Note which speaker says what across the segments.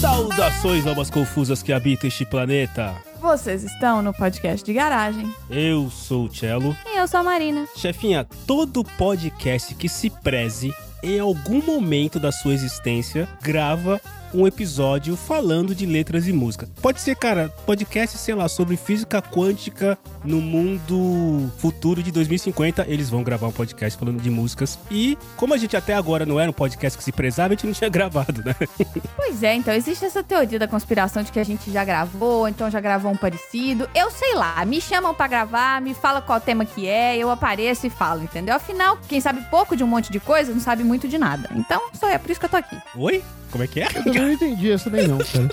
Speaker 1: Saudações, almas confusas que habitam este planeta.
Speaker 2: Vocês estão no podcast de garagem.
Speaker 1: Eu sou o Cello.
Speaker 3: E eu sou a Marina.
Speaker 1: Chefinha, todo podcast que se preze, em algum momento da sua existência, grava um episódio falando de letras e música. Pode ser, cara, podcast, sei lá, sobre física quântica no mundo futuro de 2050. Eles vão gravar um podcast falando de músicas. E, como a gente até agora não era um podcast que se prezava, a gente não tinha gravado, né?
Speaker 2: Pois é, então existe essa teoria da conspiração de que a gente já gravou, então já gravou um parecido. Eu sei lá, me chamam pra gravar, me fala qual tema que é, eu apareço e falo, entendeu? Afinal, quem sabe pouco de um monte de coisa não sabe muito de nada. Então, só é por isso que eu tô aqui.
Speaker 1: Oi? Como é que é?
Speaker 4: Eu também não entendi essa daí não, cara.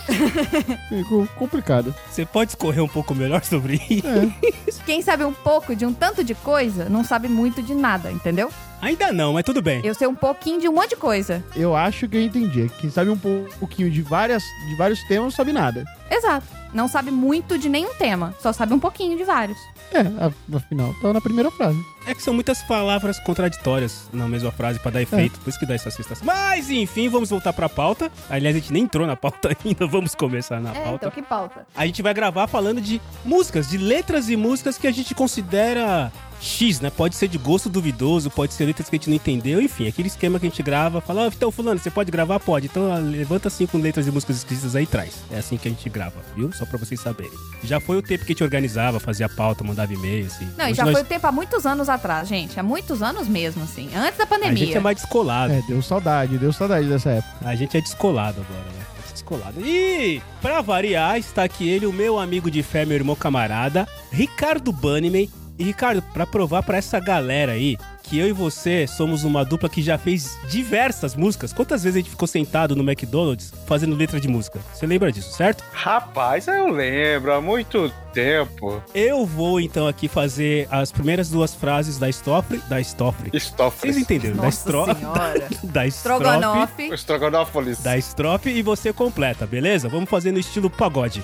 Speaker 4: Ficou complicado.
Speaker 1: Você pode escorrer um pouco melhor sobre isso?
Speaker 4: É.
Speaker 2: Quem sabe um pouco de um tanto de coisa não sabe muito de nada, entendeu?
Speaker 1: Ainda não, mas tudo bem.
Speaker 2: Eu sei um pouquinho de um monte de coisa.
Speaker 4: Eu acho que eu entendi. Quem sabe um pou- pouquinho de, várias, de vários temas não sabe nada.
Speaker 2: Exato. Não sabe muito de nenhum tema, só sabe um pouquinho de vários.
Speaker 4: É, a- afinal, tá na primeira frase.
Speaker 1: É que são muitas palavras contraditórias na mesma frase pra dar efeito, por isso que dá essa sensação. Mas enfim, vamos voltar pra pauta. Aliás, a gente nem entrou na pauta ainda, vamos começar
Speaker 2: É,
Speaker 1: na
Speaker 3: É, então,
Speaker 1: pauta.
Speaker 2: que pauta.
Speaker 1: A gente vai gravar falando de músicas, de letras e músicas que a gente considera X, né? Pode ser de gosto duvidoso, pode ser letras que a gente não entendeu, enfim, aquele esquema que a gente grava, fala, ó, então fulano, você pode gravar? Pode. Então ah, levanta cinco letras e músicas esquisitas aí e traz. É assim que a gente grava, viu? Só pra vocês saberem. Já foi o tempo que a gente organizava, fazia pauta, mandava e-mail, assim.
Speaker 2: Não, e
Speaker 1: Hoje
Speaker 2: já
Speaker 1: nós-
Speaker 2: foi o tempo há muitos anos atrás, gente. Há muitos anos mesmo, assim. Antes da
Speaker 1: A
Speaker 2: pandemia.
Speaker 1: gente é mais descolado.
Speaker 4: É, deu saudade, deu saudade dessa época.
Speaker 1: A gente é descolado agora, né? Descolado. E, pra variar, está aqui ele, o meu amigo de fé, meu irmão camarada, Ricardo Bunnyman. E, Ricardo, pra provar pra essa galera aí que eu e você somos uma dupla que já fez diversas músicas. Quantas vezes a gente ficou sentado no McDonald's fazendo letra de música? Você lembra disso, certo?
Speaker 5: Rapaz, eu lembro, há muito tempo.
Speaker 1: Eu vou, então, aqui fazer as primeiras duas frases da Stofre. Da Stofre. Vocês
Speaker 5: Estófeles.
Speaker 1: entenderam? da
Speaker 2: Nossa
Speaker 1: Stro...
Speaker 2: senhora.
Speaker 1: Da Strofe.
Speaker 2: Strogonoff.
Speaker 5: Estrogonófolis.
Speaker 1: Da Strofe e você completa, beleza? Vamos fazer no estilo pagode.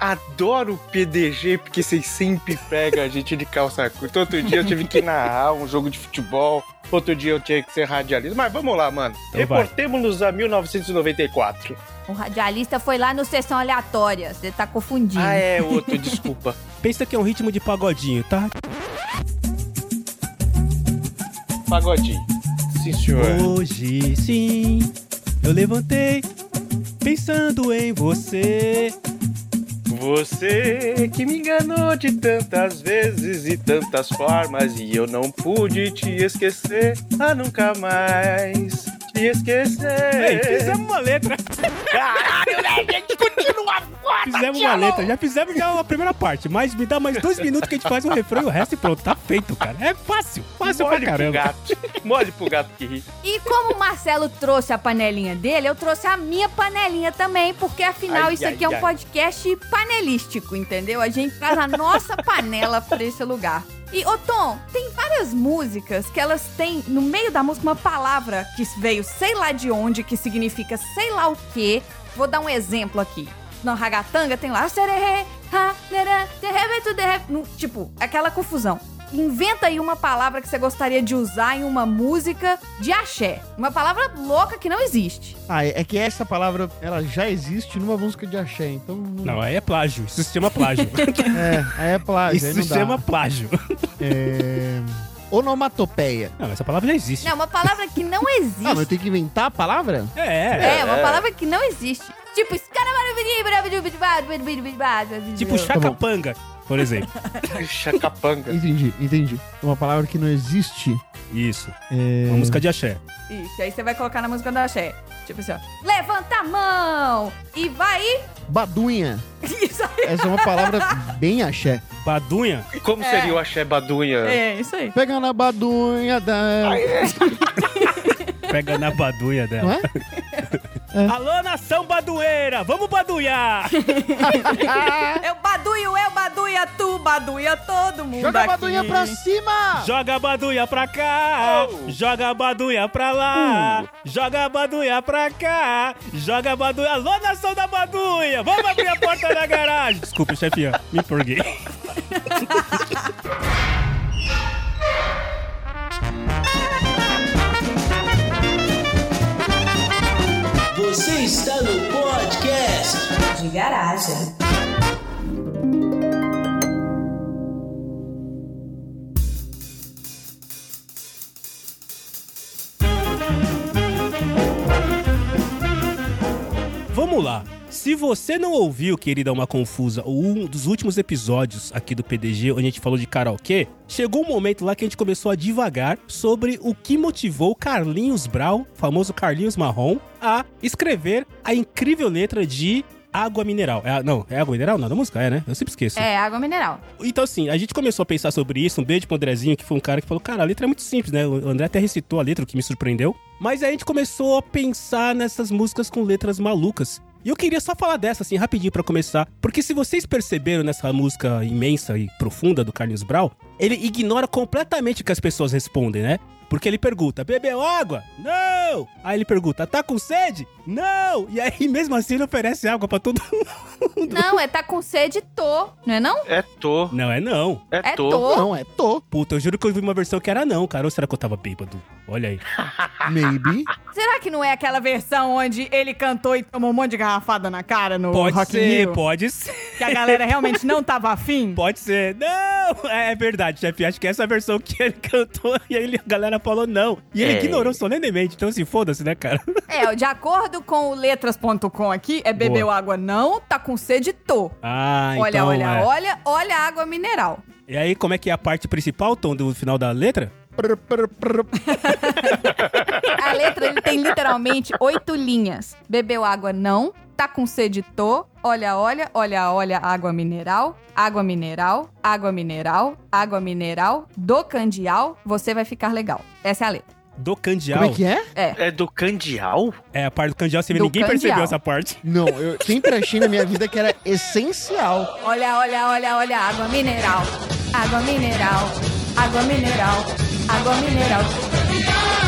Speaker 5: Adoro o PDG porque vocês sempre pegam a gente de calça curta. Outro dia eu tive que narrar um jogo de futebol. Outro dia eu tinha que ser radialista. Mas vamos lá, mano.
Speaker 1: Então vai.
Speaker 5: Reportemos-nos a 1994.
Speaker 2: O radialista foi lá no Sessão Aleatória. Você tá confundindo.
Speaker 5: Ah, é outro, desculpa.
Speaker 1: Pensa que é um ritmo de pagodinho, tá?
Speaker 5: Pagodinho. Sim, senhor.
Speaker 4: É.
Speaker 1: Hoje sim, eu levantei pensando em você.
Speaker 5: Você que me enganou de tantas vezes e tantas formas e eu não pude te esquecer, a nunca mais te
Speaker 4: É.
Speaker 1: Ei,
Speaker 5: esquecer.
Speaker 1: fizemos uma letra.
Speaker 4: né,
Speaker 1: Fizemos uma letra, já fizemos já a primeira parte, mas me dá mais dois minutos que a gente faz o refrão e o resto e pronto, tá feito, cara. É fácil, fácil
Speaker 5: Mole
Speaker 1: pra
Speaker 5: pro
Speaker 1: caramba.
Speaker 5: gato. Mole pro gato que ri.
Speaker 2: E como o Marcelo trouxe a panelinha dele, eu trouxe a minha panelinha também, porque afinal
Speaker 5: Ai,
Speaker 2: isso
Speaker 5: ai,
Speaker 2: aqui é um
Speaker 5: ai.
Speaker 2: podcast panelístico, entendeu? A gente traz a nossa panela pra esse lugar. E, ô Tom, tem várias músicas que elas têm no meio da música uma palavra que veio sei lá de onde, que significa sei lá o quê. Vou dar um exemplo aqui. Na ragatanga tem lá. "Sererê, ha, nerã, terrebe, tu derrebe", no- Tipo, aquela confusão. Inventa aí uma palavra que você gostaria de usar em uma música de axé. Uma palavra louca que não existe.
Speaker 4: Ah, é é que essa palavra, ela já existe numa música de axé, então...
Speaker 1: Não, aí é plágio, isso se chama plágio.
Speaker 4: É, aí é plágio, aí
Speaker 1: isso
Speaker 4: não
Speaker 1: se
Speaker 4: dá.
Speaker 1: chama plágio.
Speaker 4: É... Onomatopeia.
Speaker 1: Não, essa palavra já existe.
Speaker 2: Não, uma palavra que não existe.
Speaker 4: Ah, mas eu tenho que inventar a palavra?
Speaker 1: É, é.
Speaker 2: É, uma
Speaker 5: É.
Speaker 2: palavra que não existe. Tipo,
Speaker 4: Tá
Speaker 1: Tipo chacapanga, por exemplo.
Speaker 5: Chacapanga.
Speaker 4: Entendi, entendi. Uma palavra que não existe.
Speaker 1: Isso,
Speaker 4: É...
Speaker 1: uma música de axé.
Speaker 2: Isso, aí você vai colocar na música do axé. Tipo assim, ó. Levanta a mão e vai.
Speaker 4: Badunha.
Speaker 2: Isso aí.
Speaker 4: Essa é uma palavra bem axé.
Speaker 1: Badunha,
Speaker 5: E Como seria o axé badunha?
Speaker 2: É, isso aí.
Speaker 4: Pega na badunha da...
Speaker 1: pega na badunha dela.
Speaker 4: Não é?
Speaker 1: Alô, nação badueira, vamos baduiar!
Speaker 2: Eu baduio, eu baduia, tu baduia todo mundo.
Speaker 4: Joga a
Speaker 2: aqui.
Speaker 4: badunha pra cima!
Speaker 1: Joga a baduia pra cá,
Speaker 5: Oh.
Speaker 1: joga a baduia pra lá, joga a baduia pra cá, joga a baduia. Alô, nação da baduia, vamos abrir a porta da garagem! Desculpa, chefinha, me empurguei.
Speaker 6: Você está no podcast
Speaker 7: garagem.
Speaker 1: Vamos lá. Se você não ouviu, querida Uma Confusa, ou um dos últimos episódios aqui do PDG, onde a gente falou de karaokê, chegou um momento lá que a gente começou a divagar sobre o que motivou Carlinhos Brau, famoso Carlinhos Marrom, a escrever a incrível letra de Água Mineral. É a- não, é Água Mineral? Não, da música, é, né? Eu sempre esqueço.
Speaker 2: É, água mineral.
Speaker 1: Então, assim, a gente começou a pensar sobre isso. Um beijo pro Andrezinho, que foi um cara que falou: Cara, a letra é muito simples, né? O André até recitou a letra, o que me surpreendeu. Mas aí a gente começou a pensar nessas músicas com letras malucas. E eu queria só falar dessa, assim, rapidinho pra começar. Porque se vocês perceberam nessa música imensa e profunda do Carlos Brau, ele ignora completamente o que as pessoas respondem, né? Porque ele pergunta: bebeu água? Não! Aí ele pergunta: tá com sede? Não! E aí, mesmo assim, ele oferece água pra todo mundo.
Speaker 2: Não, é tá com sede, tô, não é não?
Speaker 5: É tô,
Speaker 1: Não é não.
Speaker 5: é,
Speaker 2: É
Speaker 5: tô.
Speaker 2: tô.
Speaker 4: Não, é tô.
Speaker 1: Puta, eu juro que eu vi uma versão que era não, cara. Ou será que eu tava bêbado? Olha aí.
Speaker 4: Maybe.
Speaker 6: Será que não é aquela versão onde ele cantou e tomou um monte de garrafada na cara no
Speaker 1: Pode
Speaker 6: Rock in
Speaker 1: ser,
Speaker 6: Rio?
Speaker 1: pode ser,
Speaker 6: Que a galera realmente não tava afim?
Speaker 1: pode ser. Não! É, é verdade, chefe. Acho que essa é a versão que ele cantou e aí a galera falou não. E ele
Speaker 5: É.
Speaker 1: ignorou solenemente. Então, assim, foda-se, né, cara?
Speaker 2: É, de acordo com o
Speaker 6: Letras.com aqui é bebeu
Speaker 1: Boa.
Speaker 6: água não, tá com sede, tô.
Speaker 1: Ah,
Speaker 2: olha,
Speaker 1: então.
Speaker 2: olha,
Speaker 1: é.
Speaker 2: olha, olha a água mineral.
Speaker 1: E aí, como é que é a parte principal, Tom, do final da letra?
Speaker 4: Prr, prr, prr.
Speaker 2: A letra ele tem literalmente oito linhas. Bebeu água não, tá com sede tô, olha, olha, olha, olha, água mineral, água mineral, água mineral, água mineral, do candial, você vai ficar legal. Essa é a letra.
Speaker 1: Do candial.
Speaker 4: Como é que é?
Speaker 5: É do candial?
Speaker 1: É, a parte do candial, você vê,
Speaker 2: Do
Speaker 1: ninguém percebeu
Speaker 2: candial.
Speaker 1: essa parte.
Speaker 4: Não, eu sempre achei na minha vida que era essencial.
Speaker 2: Olha, olha, olha, olha, água mineral, água mineral, água mineral, água mineral.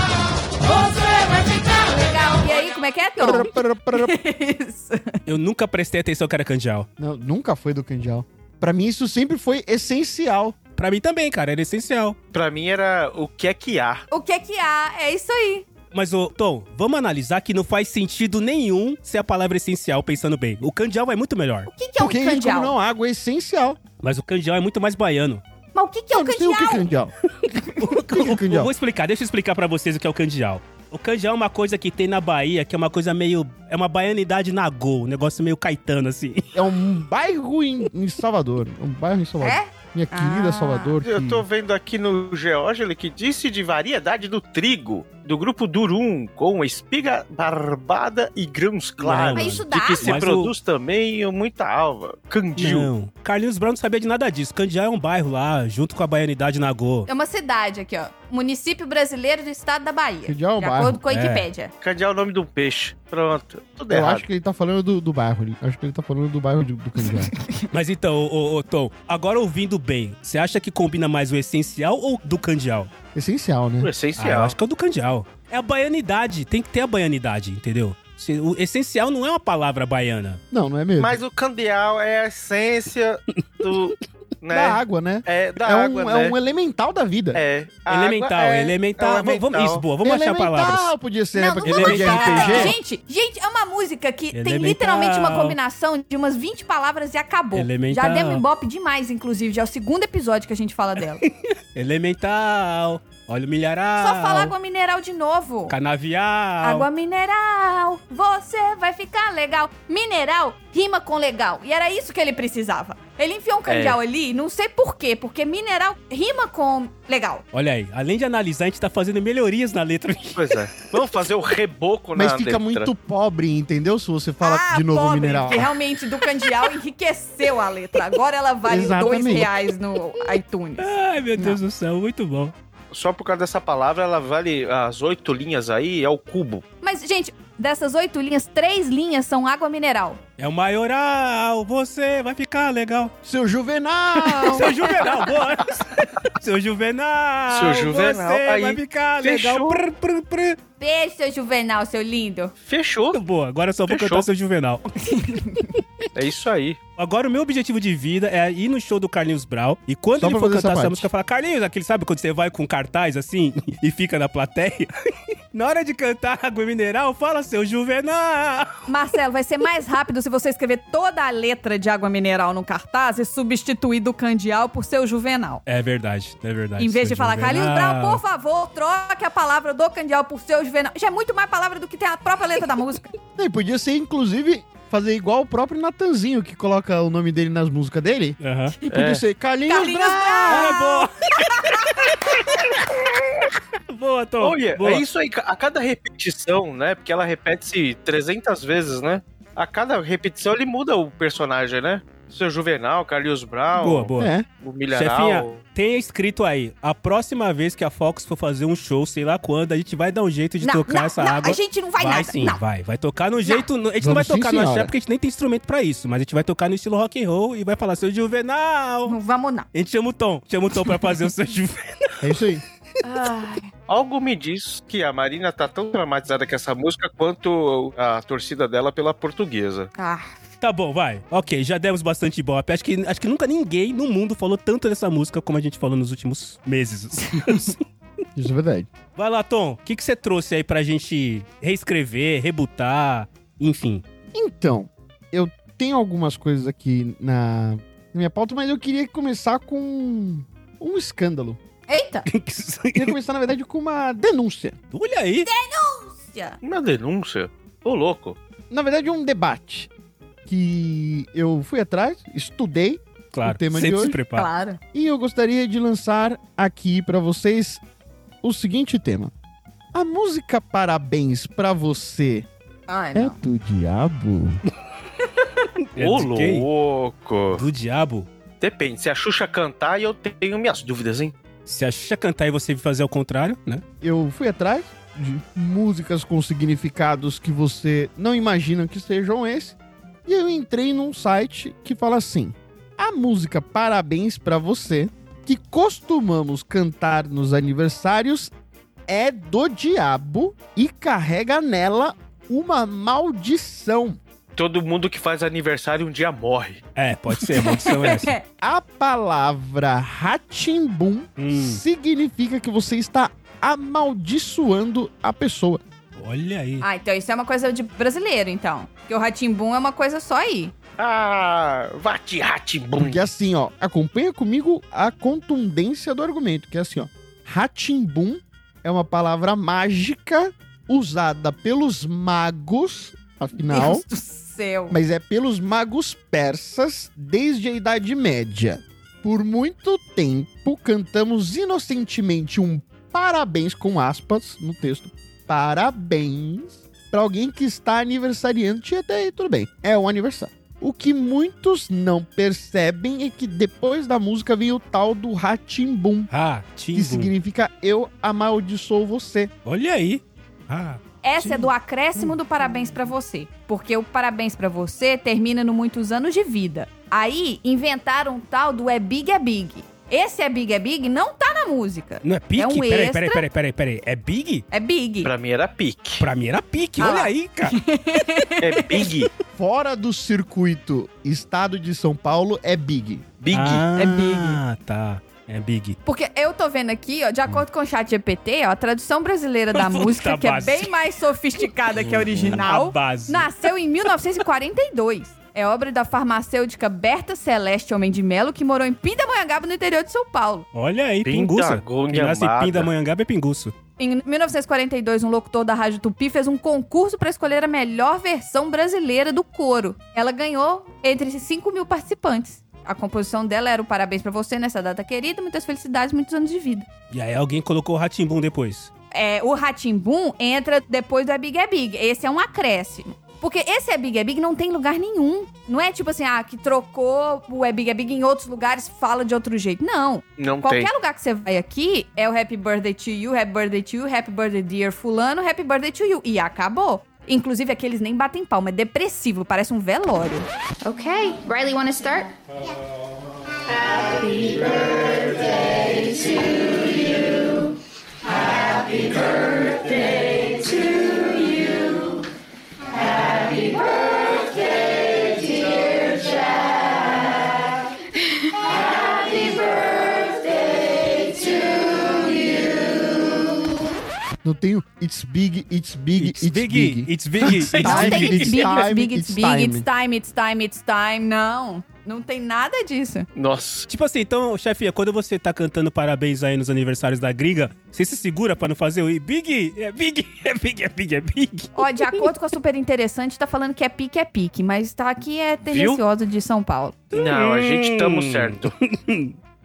Speaker 2: Você vai ficar legal. E aí, como é que é, Tom?
Speaker 4: Prr, prr, prr.
Speaker 2: Isso.
Speaker 1: Eu nunca prestei atenção que era candial.
Speaker 4: Não, nunca foi do Candial. Pra mim, isso sempre foi essencial.
Speaker 1: Pra mim também, cara, era essencial.
Speaker 5: Pra mim era o que é que há.
Speaker 2: O que é que há? É isso aí.
Speaker 1: Mas, ô, Tom, vamos analisar que não faz sentido nenhum ser a palavra essencial, pensando bem. O candial é muito melhor.
Speaker 2: O que, que é um
Speaker 4: Porque eles
Speaker 2: candial?
Speaker 4: não água é essencial.
Speaker 1: Mas o candial é muito mais baiano.
Speaker 2: Mas o que, que é um
Speaker 4: Mas tem o
Speaker 2: candial?
Speaker 4: que Candial?
Speaker 1: O
Speaker 4: que é o candial?
Speaker 1: Eu vou explicar, deixa eu explicar pra vocês o que é o candial. O candial é uma coisa que tem na Bahia, que é uma coisa meio. É uma baianidade na Gol, um negócio meio caetano, assim.
Speaker 4: É um bairro em, em Salvador. Um bairro em Salvador.
Speaker 2: É?
Speaker 4: Minha querida
Speaker 6: Ah.
Speaker 4: Salvador.
Speaker 5: Eu
Speaker 4: que-
Speaker 5: tô vendo aqui no Geógelo que disse de variedade do trigo, do grupo Durum, com espiga barbada e grãos claros.
Speaker 1: Mas
Speaker 2: isso
Speaker 5: de
Speaker 2: dá
Speaker 5: que se
Speaker 1: água? Mas o-
Speaker 5: produz também muita alva. Candil.
Speaker 1: Não. Carlinhos Brown não sabia de nada disso. Candial é um bairro lá, junto com a baianidade na Gol.
Speaker 2: É uma cidade aqui, ó. Município brasileiro do estado da Bahia.
Speaker 4: Candial é um
Speaker 2: de
Speaker 4: bairro.
Speaker 2: acordo com a
Speaker 1: É.
Speaker 2: Wikipédia.
Speaker 5: Candial é o nome de um peixe. Pronto. Tudo
Speaker 4: Eu
Speaker 5: errado.
Speaker 4: acho que ele tá falando do, do bairro. ali. Acho que ele tá falando do bairro de- do Candial.
Speaker 1: Mas então, ô, ô, ô, Tom, agora ouvindo bem, você acha que combina mais o essencial ou do candial?
Speaker 4: essencial,
Speaker 5: O
Speaker 4: né?
Speaker 1: Ah, eu
Speaker 5: Essencial.
Speaker 1: acho que é o do candial. É a baianidade, tem que ter a baianidade, entendeu? Se- O essencial não é uma palavra baiana.
Speaker 4: Não, não é mesmo?
Speaker 5: Mas o candial é a essência do. né?
Speaker 4: Da água, né?
Speaker 5: É, da
Speaker 4: é, um,
Speaker 5: água,
Speaker 4: é
Speaker 5: né?
Speaker 4: um elemental da vida.
Speaker 5: É. a
Speaker 1: elemental,
Speaker 5: água é-
Speaker 1: elemental.
Speaker 5: é um
Speaker 1: Vamos- vamos, isso, boa, vamos achar
Speaker 4: elemental
Speaker 1: palavras.
Speaker 4: podia ser,
Speaker 2: Não,
Speaker 4: né? Pra
Speaker 2: não
Speaker 4: quem
Speaker 1: vamos
Speaker 4: gosta de
Speaker 1: achar.
Speaker 4: RPG.
Speaker 2: Gente, gente, é uma música que tem
Speaker 1: Elemental.
Speaker 2: literalmente uma combinação de umas 20 palavras e acabou.
Speaker 1: Elemental.
Speaker 2: Já deu um ibope demais, inclusive. Já é o segundo episódio que a gente fala dela.
Speaker 1: Elemental, óleo milharal.
Speaker 2: Só fala água mineral de novo.
Speaker 1: Canavial.
Speaker 2: Água mineral, você vai ficar legal. Mineral rima com legal. E era isso que ele precisava. Ele enfiou um candial
Speaker 4: É.
Speaker 2: ali, não sei por quê, porque mineral rima com legal.
Speaker 1: Olha aí, além de analisar, a gente tá fazendo melhorias na letra.
Speaker 5: Pois é. Vamos fazer o reboco na
Speaker 4: Mas fica
Speaker 5: letra.
Speaker 4: muito pobre, entendeu? Se você fala
Speaker 2: Ah,
Speaker 4: de novo
Speaker 2: pobre,
Speaker 4: mineral.
Speaker 2: Que realmente do candial enriqueceu a letra. Agora ela vale dois
Speaker 4: Exatamente.
Speaker 6: Reais no iTunes.
Speaker 1: Ai, meu Deus do céu, muito bom.
Speaker 5: Só por causa dessa palavra, ela vale as oito linhas aí, é o cubo.
Speaker 2: Mas, gente, dessas oito linhas, três linhas são água mineral.
Speaker 1: É o maioral, você vai ficar legal.
Speaker 4: Seu Juvenal!
Speaker 1: Seu Juvenal, boa. Seu Juvenal.
Speaker 5: Seu Juvenal,
Speaker 1: você
Speaker 5: aí,
Speaker 1: vai ficar legal.
Speaker 5: fechou.
Speaker 1: Prr, prr, prr.
Speaker 2: Beijo, seu Juvenal, seu lindo.
Speaker 5: Fechou.
Speaker 1: Boa, agora eu só vou
Speaker 5: Fechou.
Speaker 1: cantar seu Juvenal.
Speaker 5: É isso aí.
Speaker 1: Agora, o meu objetivo de vida é ir no show do Carlinhos Brau. E quando
Speaker 4: Só
Speaker 1: ele
Speaker 4: pra
Speaker 1: for
Speaker 4: fazer
Speaker 1: cantar
Speaker 4: essa
Speaker 1: essa
Speaker 4: parte.
Speaker 1: música, falar, Carlinhos, aquele sabe quando você vai com cartaz assim e fica na plateia? na hora de cantar Água Mineral, fala seu Juvenal.
Speaker 8: Marcelo, vai ser mais rápido se você escrever toda a letra de água mineral no cartaz e substituir do candial por seu juvenal.
Speaker 1: É verdade, é verdade.
Speaker 8: Em vez de
Speaker 1: seu
Speaker 8: falar,
Speaker 1: Juvenal.
Speaker 8: Carlinhos Brau, por favor, troque a palavra do candial por seu juvenal. Já é muito mais palavra do que tem a própria letra da música.
Speaker 4: E podia ser, inclusive, fazer igual o próprio Natanzinho, que coloca o nome dele nas músicas dele.
Speaker 1: Aham.
Speaker 4: E podia
Speaker 5: É.
Speaker 4: ser Carlinhos,
Speaker 8: Carlinhos
Speaker 4: Brau.
Speaker 1: Ah, boa! boa, Tom.
Speaker 5: Olha,
Speaker 1: Oh, boa.
Speaker 5: é isso aí. A cada repetição, né? Porque ela repete-se 300 vezes, né? A cada repetição ele muda o personagem, né? Seu Juvenal, Carlinhos Brown,
Speaker 1: Boa, boa.
Speaker 4: É.
Speaker 5: o Milharal.
Speaker 1: Chefinha, tem escrito aí, a próxima vez que a Fox for fazer um show, sei lá quando, a gente vai dar um jeito de tocar essa água.
Speaker 2: a gente não vai, nada.
Speaker 1: sim,
Speaker 2: Não.
Speaker 1: vai. Vai tocar no jeito. A gente não vai
Speaker 4: Vamos sim,
Speaker 1: tocar no axé
Speaker 4: senhora.
Speaker 1: porque a gente nem tem instrumento pra isso, mas a gente vai tocar no estilo rock and roll e vai falar seu juvenal.
Speaker 2: Não vamos, não.
Speaker 1: A gente chama o Tom, chama o Tom pra fazer o seu juvenal.
Speaker 4: É isso aí.
Speaker 5: Algo me diz que a Marina tá tão traumatizada com essa música quanto a torcida dela pela portuguesa.
Speaker 2: Ah,
Speaker 1: Tá bom, vai. Ok, já demos bastante ibope. Acho que, acho que nunca ninguém no mundo falou tanto dessa música como a gente falou nos últimos meses.
Speaker 4: Isso é verdade.
Speaker 1: vai lá, Tom. O que que você trouxe aí pra gente reescrever, rebutar, enfim.
Speaker 4: Então, eu tenho algumas coisas aqui na, na minha pauta, mas eu queria começar com um escândalo.
Speaker 2: eita,
Speaker 4: Eu queria começar, na verdade, com uma denúncia.
Speaker 1: Olha aí.
Speaker 2: Lúcia.
Speaker 5: Uma denúncia? Ô, louco.
Speaker 4: Na verdade, um debate que eu fui atrás, estudei
Speaker 1: Claro,
Speaker 4: O tema de
Speaker 1: sempre se
Speaker 4: hoje?
Speaker 1: prepara.
Speaker 2: Claro.
Speaker 4: e eu gostaria de lançar aqui pra vocês o seguinte tema. A música Parabéns pra você
Speaker 2: Ai,
Speaker 4: é
Speaker 2: não.
Speaker 4: do diabo?
Speaker 1: É
Speaker 5: Ô,
Speaker 1: de quem?
Speaker 5: louco.
Speaker 1: Do diabo.
Speaker 5: Depende. Se a Xuxa cantar, eu tenho minhas dúvidas, hein?
Speaker 1: Se a Xuxa cantar e você fazer o contrário, né?
Speaker 4: eu fui atrás de músicas com significados que você não imagina que sejam esse. E eu entrei num site que fala assim: a música Parabéns pra você, que costumamos cantar nos aniversários, é do diabo e carrega nela uma maldição.
Speaker 5: Todo mundo que faz aniversário um dia morre.
Speaker 1: É, pode ser, a maldição é essa.
Speaker 4: A palavra ratimbum
Speaker 1: Hum,
Speaker 4: significa que você está amaldiçoando a pessoa.
Speaker 1: olha aí.
Speaker 2: Ah, então isso é uma coisa de brasileiro, então. Porque o Ratimbum é uma coisa só aí.
Speaker 5: Ah, vati ratibum.
Speaker 1: é
Speaker 4: Porque assim, ó, acompanha comigo a contundência do argumento, que é assim, ó. Ratimbum é uma palavra mágica usada pelos magos, afinal,
Speaker 2: Deus do céu.
Speaker 4: mas é pelos magos persas desde a Idade Média. Por muito tempo cantamos inocentemente um parabéns com aspas no texto. Parabéns para alguém que está aniversariante e até aí tudo bem. É um aniversário. O que muitos não percebem é que depois da música vem o tal do ratimbum,
Speaker 1: Ah,
Speaker 4: que
Speaker 1: Timbu.
Speaker 4: significa eu amaldiçoo você.
Speaker 1: Olha aí. Ah,
Speaker 2: Essa é do acréscimo do parabéns pra você. Porque o parabéns pra você termina no muitos anos de vida. Aí inventaram um tal do é big é big. Esse é big é big não tá na música.
Speaker 1: não é pique?
Speaker 2: É um
Speaker 1: peraí,
Speaker 2: extra.
Speaker 1: peraí, peraí, peraí, peraí. É big?
Speaker 2: É big.
Speaker 5: Pra mim era pique.
Speaker 1: Pra mim era pique,
Speaker 2: Ah
Speaker 1: olha
Speaker 2: lá.
Speaker 1: aí, cara.
Speaker 5: É big.
Speaker 4: Fora do circuito estado de São Paulo é big.
Speaker 5: Big.
Speaker 1: Ah,
Speaker 2: É big.
Speaker 1: Ah, tá. É big.
Speaker 2: Porque eu tô vendo aqui, ó, de acordo com o chat GPT, ó, a tradução brasileira da
Speaker 1: Puta
Speaker 2: música, que é
Speaker 1: base.
Speaker 2: bem mais sofisticada que a
Speaker 1: A
Speaker 2: original,
Speaker 1: base.
Speaker 2: nasceu em 1942. É obra da farmacêutica Berta Celeste Homem de Melo, que morou em Pindamonhangaba, no interior de São Paulo.
Speaker 1: Olha aí, pinguça.
Speaker 5: Pentagônia
Speaker 1: Quem nasce em
Speaker 5: amada.
Speaker 1: Pindamonhangaba é pinguço.
Speaker 2: Em 1942, um locutor da Rádio Tupi fez um concurso para escolher a melhor versão brasileira do coro. Ela ganhou entre 5 mil participantes. A composição dela era o Parabéns pra Você nessa data querida, muitas felicidades, muitos anos de vida.
Speaker 1: E aí alguém colocou o Ratimbum depois.
Speaker 2: É, o Ratimbum entra depois do É Big É Big. Esse é um acréscimo. Porque esse É Big É Big não tem lugar nenhum. Não é tipo assim, ah, que trocou o É Big É Big em outros lugares, fala de outro jeito. Não.
Speaker 5: Não
Speaker 2: Qualquer
Speaker 5: tem.
Speaker 2: lugar que você vai aqui, é o Happy Birthday to You, Happy Birthday to You, Happy Birthday Dear Fulano, Happy Birthday to You. E acabou. Inclusive, aqui eles nem batem palma, é depressivo, parece um velório.
Speaker 9: Okay, Riley, want to start?
Speaker 10: Happy birthday, dear
Speaker 4: tenho It's Big, It's Big, It's,
Speaker 1: It's big,
Speaker 4: big.
Speaker 1: it's big, it's
Speaker 4: It's
Speaker 2: Não
Speaker 4: time,
Speaker 2: tem
Speaker 1: big.
Speaker 2: it's big, it's
Speaker 4: time,
Speaker 2: big, it's
Speaker 4: it's
Speaker 2: big,
Speaker 4: time.
Speaker 2: it's time, it's time, it's time. Não, não tem nada disso.
Speaker 5: Nossa.
Speaker 1: Tipo assim, então, chefinha, quando você tá cantando parabéns aí nos aniversários da Griga, você se segura pra não fazer o i- Big, é Big, é Big, é Big, é Big.
Speaker 11: Ó, de acordo com a super interessante, tá falando que é pique, é pique, mas tá aqui é tendencioso de São Paulo.
Speaker 5: Não, a gente tamo certo.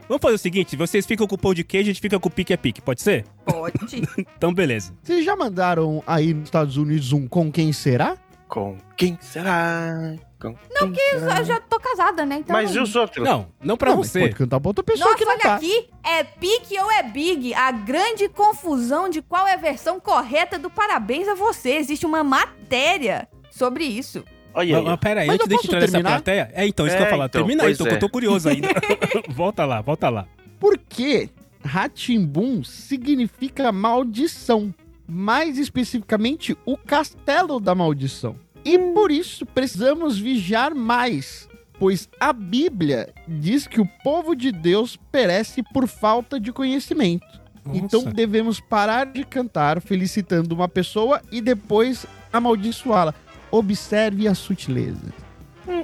Speaker 1: Vamos fazer o seguinte, vocês ficam com o pão de queijo, a gente fica com o pique é pique, pode ser?
Speaker 2: Pode.
Speaker 1: Então, beleza.
Speaker 4: Vocês já mandaram aí nos Estados Unidos um com quem será?
Speaker 5: Com quem será?
Speaker 2: Então
Speaker 5: Com não, quem
Speaker 11: Eu
Speaker 5: será?
Speaker 11: já- já tô casada, né? Então.
Speaker 5: Mas e os outros?
Speaker 1: Não, não pra
Speaker 4: Não, mas
Speaker 1: você.
Speaker 4: Pode cantar pra outra pessoa
Speaker 11: Nossa,
Speaker 4: que não
Speaker 11: olha
Speaker 4: tá.
Speaker 11: aqui, é pique ou é big? A grande confusão de qual é a versão correta do parabéns a você. Existe uma matéria sobre isso.
Speaker 5: Olha
Speaker 1: Mas,
Speaker 5: aí.
Speaker 1: mas pera aí,
Speaker 4: Mas
Speaker 1: antes
Speaker 4: eu
Speaker 1: de a gente
Speaker 4: posso
Speaker 1: entrar nessa
Speaker 4: terminar?
Speaker 1: plateia... É, então, isso que eu
Speaker 5: É,
Speaker 1: ia falar.
Speaker 5: então,
Speaker 1: Termina aí,
Speaker 5: pois
Speaker 1: então, que eu
Speaker 5: é.
Speaker 1: tô curioso ainda. volta lá, volta lá.
Speaker 4: Porque Ratimbum significa maldição, mais especificamente o castelo da maldição. E por isso precisamos vigiar mais, pois a Bíblia diz que o povo de Deus perece por falta de conhecimento. Então
Speaker 1: Nossa.
Speaker 4: devemos parar de cantar felicitando uma pessoa e depois amaldiçoá-la. Observe a sutileza.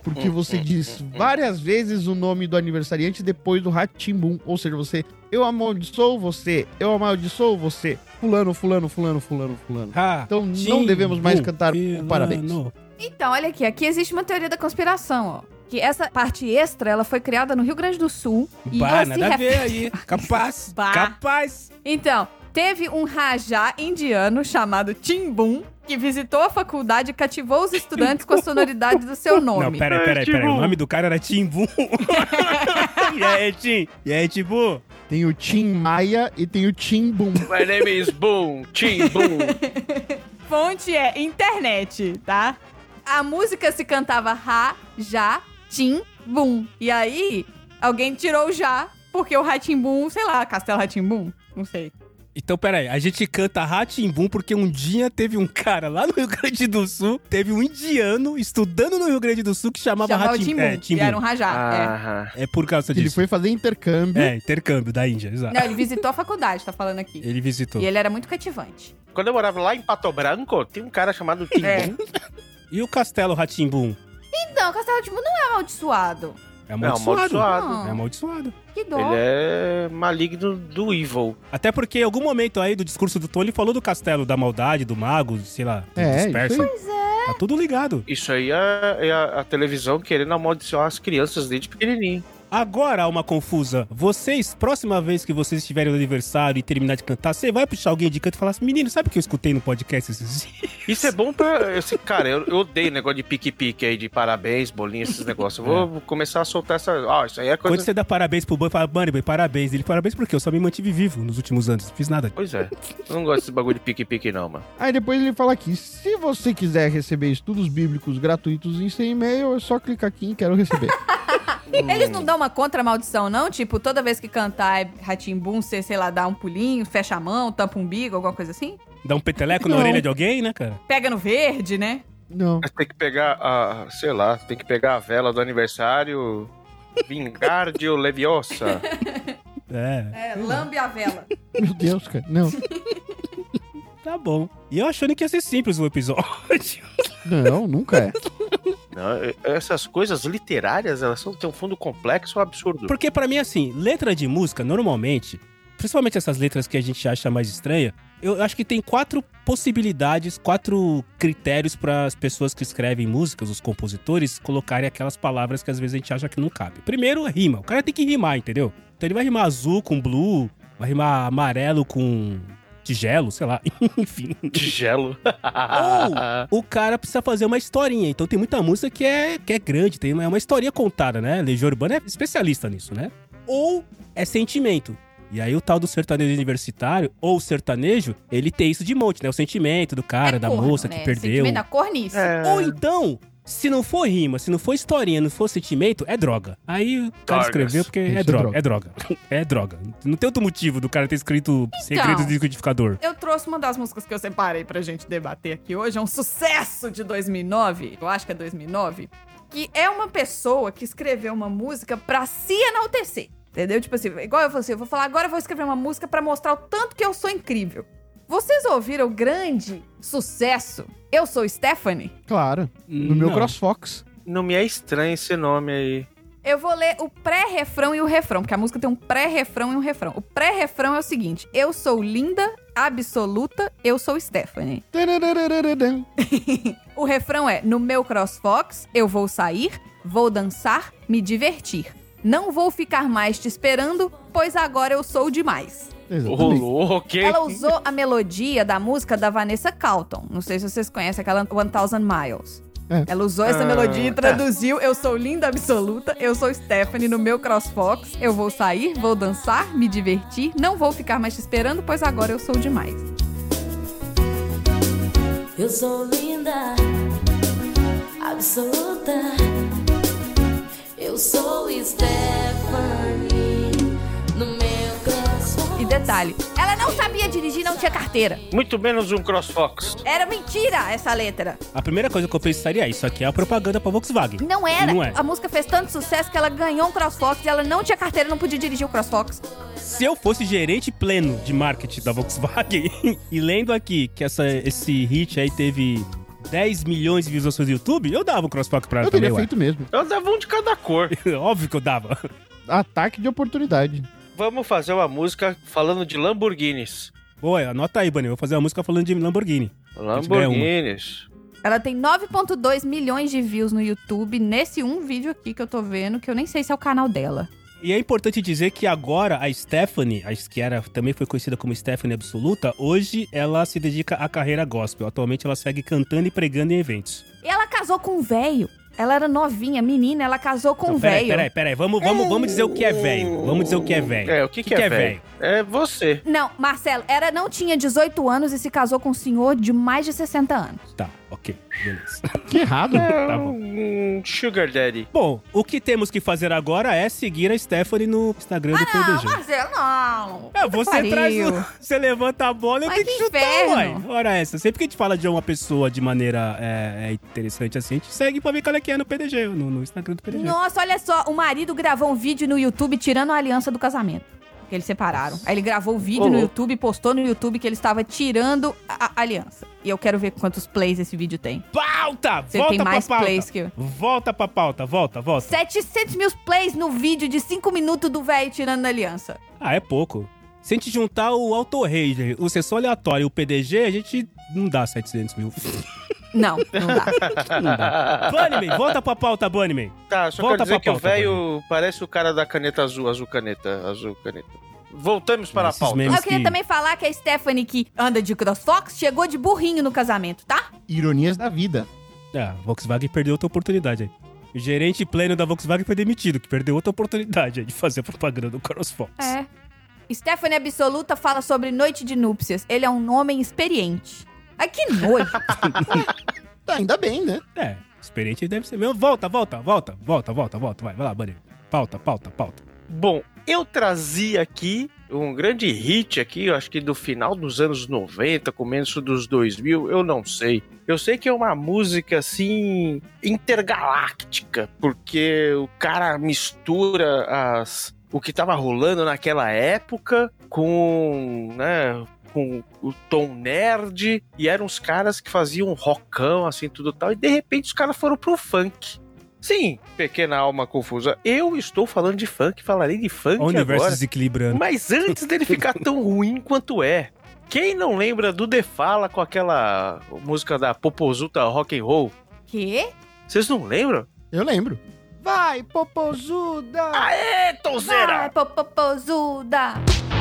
Speaker 4: Porque você diz várias vezes o nome do aniversariante depois do Ratimbum. Ou seja, você, eu amaldiçoo você, eu amaldiçoo você. Fulano, fulano, fulano, fulano, fulano.
Speaker 1: Ah,
Speaker 4: Então não
Speaker 1: Tim
Speaker 4: devemos mais
Speaker 1: Bum,
Speaker 4: cantar o
Speaker 1: Filano.
Speaker 4: parabéns.
Speaker 11: Então, olha aqui, aqui existe uma teoria da conspiração, ó. Que essa parte extra, ela foi criada no Rio Grande do Sul. E
Speaker 1: Bah,
Speaker 11: ela se
Speaker 1: nada a
Speaker 11: refere-
Speaker 1: ver aí. Capaz,
Speaker 2: Bah.
Speaker 1: capaz.
Speaker 2: Então, teve um rajá indiano chamado Timbum que visitou a faculdade e cativou os estudantes com a sonoridade do seu
Speaker 1: Não,
Speaker 2: nome.
Speaker 4: É,
Speaker 1: peraí, peraí, peraí. O
Speaker 5: Timbu.
Speaker 1: nome do cara era Timbu. e aí, Tim? E aí, Timbu?
Speaker 4: Tem o Tim Maia e tem o Tim Bum.
Speaker 5: My name is Boom, Tim Boom.
Speaker 2: Fonte é internet, tá? A música se cantava Ra, Já, Tim, Bum. E aí, alguém tirou o Já, porque o Ratimbum, sei lá, Castelo Ratimbum, não sei.
Speaker 1: Então, peraí, a gente canta Ratimbum porque um dia teve um cara lá no Rio Grande do Sul, teve um indiano estudando no Rio Grande do Sul que chamava
Speaker 2: Chamava
Speaker 1: Ratimbum.
Speaker 2: Timbum,
Speaker 1: É,
Speaker 2: e era um rajá. é.
Speaker 5: Ah,
Speaker 1: É por causa
Speaker 4: Ele
Speaker 1: disso.
Speaker 4: foi fazer intercâmbio.
Speaker 1: É, intercâmbio da Índia, exato.
Speaker 2: é. Não, ele visitou a faculdade, tá falando aqui.
Speaker 1: Ele visitou.
Speaker 2: E ele era muito cativante.
Speaker 5: Quando eu morava lá em Pato Branco, tem um cara chamado Tim
Speaker 2: É.
Speaker 5: Boom.
Speaker 1: E o castelo Ratimbum?
Speaker 11: Então, o Castelo Timbu não é amaldiçoado.
Speaker 1: É
Speaker 5: Não,
Speaker 1: amaldiçoado.
Speaker 5: amaldiçoado.
Speaker 1: É
Speaker 11: Não,
Speaker 1: amaldiçoado.
Speaker 11: que dó.
Speaker 5: um Ele é maligno do evil.
Speaker 1: Até porque em algum momento aí do discurso do Tom, ele falou do castelo da maldade, do mago, sei lá, do
Speaker 4: É,
Speaker 1: disperso.
Speaker 4: isso aí.
Speaker 1: Tá tudo ligado.
Speaker 5: Isso aí é, é a, a televisão querendo amaldiçoar as crianças desde pequenininho.
Speaker 1: Agora, uma confusa. Vocês, próxima vez que vocês estiverem no aniversário e terminar de cantar, você vai puxar alguém de canto e falar assim, menino, sabe o que eu escutei no podcast esses dias?
Speaker 5: Isso é bom pra. Esse, cara, eu, eu odeio negócio de pique-pique aí, de parabéns, bolinha, esses negócios. Eu vou começar a soltar essa. Ah, isso aí é
Speaker 1: Quando
Speaker 5: coisa.
Speaker 1: você dá parabéns pro Bunny, fala, Bunny, Bunny, parabéns. Ele, parabéns por quê? Eu só me mantive vivo nos últimos anos, não fiz nada.
Speaker 5: Pois é. Eu não gosto desse bagulho de pique-pique, não, mano.
Speaker 4: Aí depois ele fala aqui: se você quiser receber estudos bíblicos gratuitos em seu e-mail, é só clicar aqui em quero receber.
Speaker 2: Eles não dão uma contra-maldição, não? Tipo, toda vez que cantar é Ratimbum, você, sei lá, dá um pulinho, fecha a mão, tampa o umbigo, alguma coisa assim?
Speaker 1: Dá um peteleco na
Speaker 4: Não.
Speaker 1: orelha de alguém, né, cara?
Speaker 2: Pega no verde, né?
Speaker 4: Não.
Speaker 5: Tem que pegar a. Sei lá, tem que pegar a vela do aniversário. Vingardio Leviosa.
Speaker 1: É,
Speaker 2: É, lambe a vela.
Speaker 4: Meu Deus, cara. Não.
Speaker 1: tá bom. E eu achando que ia ser simples o episódio.
Speaker 4: Não, nunca é.
Speaker 5: Não, essas coisas literárias, elas são, têm um fundo complexo absurdo.
Speaker 1: Porque pra mim, assim, letra de música, normalmente, principalmente essas letras que a gente acha mais estranha, eu acho que tem quatro possibilidades, quatro critérios para as pessoas que escrevem músicas, os compositores, colocarem aquelas palavras que às vezes a gente acha que não cabe. Primeiro, rima. O cara tem que rimar, entendeu? Então ele vai rimar azul com blue, vai rimar amarelo com tigelo, sei lá, enfim.
Speaker 5: De gelo.
Speaker 1: Ou o cara precisa fazer uma historinha. Então tem muita música que é, que é grande, tem uma, é uma historinha contada, né? Legião Urbana é especialista nisso, né? Ou é sentimento. E aí o tal do sertanejo universitário, ou sertanejo, ele tem isso de monte, né? O sentimento do cara,
Speaker 2: É
Speaker 1: da
Speaker 2: corno,
Speaker 1: moça
Speaker 2: né?
Speaker 1: que perdeu.
Speaker 2: Sentimento é da cornice.
Speaker 1: Ou então, se não for rima, se não for historinha, não for sentimento, é droga. Aí o cara
Speaker 5: Drogas.
Speaker 1: escreveu porque
Speaker 4: Isso
Speaker 1: é
Speaker 4: é
Speaker 1: droga, é droga. É droga. Não tem outro motivo do cara ter escrito
Speaker 2: Então.
Speaker 1: Segredo do Liquidificador.
Speaker 2: Eu trouxe uma das músicas que eu separei pra gente debater aqui hoje. É um sucesso de 2009, eu acho que é 2009. Que é uma pessoa que escreveu uma música pra se enaltecer. Entendeu? Tipo assim, igual eu falei assim, eu vou falar agora, eu vou escrever uma música pra mostrar o tanto que eu sou incrível. Vocês ouviram o grande sucesso? Eu sou Stephanie.
Speaker 4: Claro. No meu
Speaker 1: Não.
Speaker 4: CrossFox.
Speaker 5: Não me é estranho esse nome aí.
Speaker 2: Eu vou ler o pré-refrão e o refrão, porque a música tem um pré-refrão e um refrão. O pré-refrão é o seguinte: Eu sou linda, absoluta, eu sou Stephanie.
Speaker 4: Tarararararam.
Speaker 2: O refrão é: No meu CrossFox, eu vou sair, vou dançar, me divertir. Não vou ficar mais te esperando, pois agora eu sou demais.
Speaker 4: Exatamente.
Speaker 5: Rolou, ok?
Speaker 2: Ela usou a melodia da música da Vanessa Calton. Não sei se vocês conhecem aquela 1000 Miles.
Speaker 4: É.
Speaker 2: Ela usou essa
Speaker 5: Ah,
Speaker 2: melodia e
Speaker 5: tá.
Speaker 2: traduziu Eu sou linda absoluta, eu sou Stephanie no meu CrossFox. Eu vou sair, vou dançar, me divertir, não vou ficar mais te esperando, pois agora eu sou demais.
Speaker 6: Eu sou linda, absoluta. Eu sou Stephanie no meu coração.
Speaker 2: E detalhe, ela não sabia dirigir, não tinha carteira.
Speaker 5: Muito menos um CrossFox.
Speaker 2: Era mentira essa letra.
Speaker 1: A primeira coisa que eu pensaria é isso aqui é a propaganda pra Volkswagen.
Speaker 2: Não era.
Speaker 1: Não é.
Speaker 2: A música fez tanto sucesso que ela ganhou um CrossFox e ela não tinha carteira, não podia dirigir o CrossFox.
Speaker 1: Se eu fosse gerente pleno de marketing da Volkswagen e lendo aqui que essa, esse hit aí teve 10 milhões de visualizações no YouTube, eu dava o crossfox pra ela
Speaker 4: Eu
Speaker 1: também,
Speaker 4: teria
Speaker 1: ué.
Speaker 4: feito mesmo.
Speaker 5: Eu dava um de cada cor.
Speaker 1: Óbvio que eu dava.
Speaker 4: Ataque de oportunidade.
Speaker 5: Vamos fazer uma música falando de Lamborghinis.
Speaker 1: Boa, anota aí, Bunny. Eu Vou fazer uma música falando de Lamborghini.
Speaker 5: Lamborghinis.
Speaker 2: Ela tem 9.2 milhões de views no YouTube nesse um vídeo aqui que eu tô vendo, que eu nem sei se é o canal dela.
Speaker 1: E é importante dizer que agora a Stephanie, a que era, também foi conhecida como Stephanie Absoluta, hoje ela se dedica à carreira gospel. Atualmente ela segue cantando e pregando em eventos.
Speaker 2: E ela casou com um velho. Ela era novinha, menina, ela casou com um
Speaker 1: Então, peraí,
Speaker 2: velho.
Speaker 1: peraí, peraí. Vamos, vamos, vamos dizer o que é velho. Vamos dizer o que é velho.
Speaker 5: É, o que, que, é, velho? É você.
Speaker 2: Não, Marcelo, ela não tinha 18 anos e se casou com um senhor de mais de 60 anos.
Speaker 1: Tá, ok. Beleza.
Speaker 4: Que errado. Tá
Speaker 5: É
Speaker 1: Tá bom.
Speaker 5: um Sugar Daddy.
Speaker 1: Bom, o que temos que fazer agora é seguir a Stephanie no
Speaker 2: Ah,
Speaker 1: Instagram do PDG.
Speaker 2: Marcelo, não.
Speaker 1: É, você
Speaker 2: pariu.
Speaker 1: traz o... Você levanta a bola e eu
Speaker 2: Mas
Speaker 1: tenho que
Speaker 2: que
Speaker 1: chutar,
Speaker 2: inferno.
Speaker 1: uai. Ora essa, sempre que a gente fala de uma pessoa de maneira é, é interessante assim, a gente segue pra ver qual é que é no PDG, no, no Instagram do PDG.
Speaker 2: Nossa, olha só, o marido gravou um vídeo no YouTube tirando a aliança do casamento. Que eles separaram. Aí ele gravou o vídeo
Speaker 5: Ô,
Speaker 2: no
Speaker 5: louco.
Speaker 2: YouTube, postou no YouTube que ele estava tirando a, a aliança. E eu quero ver quantos plays esse vídeo tem.
Speaker 1: Pauta!
Speaker 2: Você
Speaker 1: volta
Speaker 2: tem mais
Speaker 1: pra pauta.
Speaker 2: plays que eu.
Speaker 1: Volta pra pauta, volta, volta.
Speaker 2: 700 mil plays no vídeo de 5 minutos do velho tirando a aliança.
Speaker 1: Ah, é pouco. Se a gente juntar o Auto Ranger, o sessão aleatório e o PDG, a gente não dá 700 mil.
Speaker 2: Não, não dá.
Speaker 1: não dá. Bunnyman, volta pra pauta, Bunnyman.
Speaker 5: Tá, só
Speaker 1: Volta
Speaker 5: quero dizer
Speaker 1: pra
Speaker 5: que o
Speaker 1: pauta,
Speaker 5: velho parece o cara da caneta azul, azul caneta, azul caneta. Voltamos para
Speaker 1: Esses
Speaker 5: a pauta.
Speaker 1: memes
Speaker 2: eu queria
Speaker 1: que-
Speaker 2: também falar que a Stephanie, que anda de CrossFox, chegou de burrinho no casamento, tá?
Speaker 4: Ironias da vida.
Speaker 1: Ah, a Volkswagen perdeu outra oportunidade aí. O gerente pleno da Volkswagen foi demitido, que perdeu outra oportunidade aí de fazer a propaganda do CrossFox.
Speaker 2: É. Stephanie Absoluta fala sobre noite de núpcias. Ele é um homem experiente. Ai, que nojo.
Speaker 4: Tá, ainda bem, né?
Speaker 1: É, experiente deve ser mesmo. Volta, volta, volta, volta, volta, volta. Vai, vai lá, Bunny. Pauta, pauta, pauta.
Speaker 5: Bom, eu trazia aqui um grande hit aqui, eu acho que do final dos anos 90, começo dos 2000, eu não sei. Eu sei que é uma música assim intergaláctica, porque o cara mistura as o que estava rolando naquela época com, né, com o tom nerd e eram os caras que faziam rockão assim tudo tal e de repente os caras foram pro funk. Sim, pequena alma confusa. Eu estou falando de funk, falarei de funk
Speaker 1: O universo
Speaker 5: agora.
Speaker 1: desequilibrando.
Speaker 5: Mas antes dele ficar tão ruim quanto é. Quem não lembra do The Fala com aquela música da Popozuta Rock and Roll?
Speaker 2: Quê?
Speaker 5: Vocês não lembram?
Speaker 4: Eu lembro. Vai, popozuda!
Speaker 5: Aê,
Speaker 2: Vai,
Speaker 5: Tonzeira!
Speaker 2: popopozuda.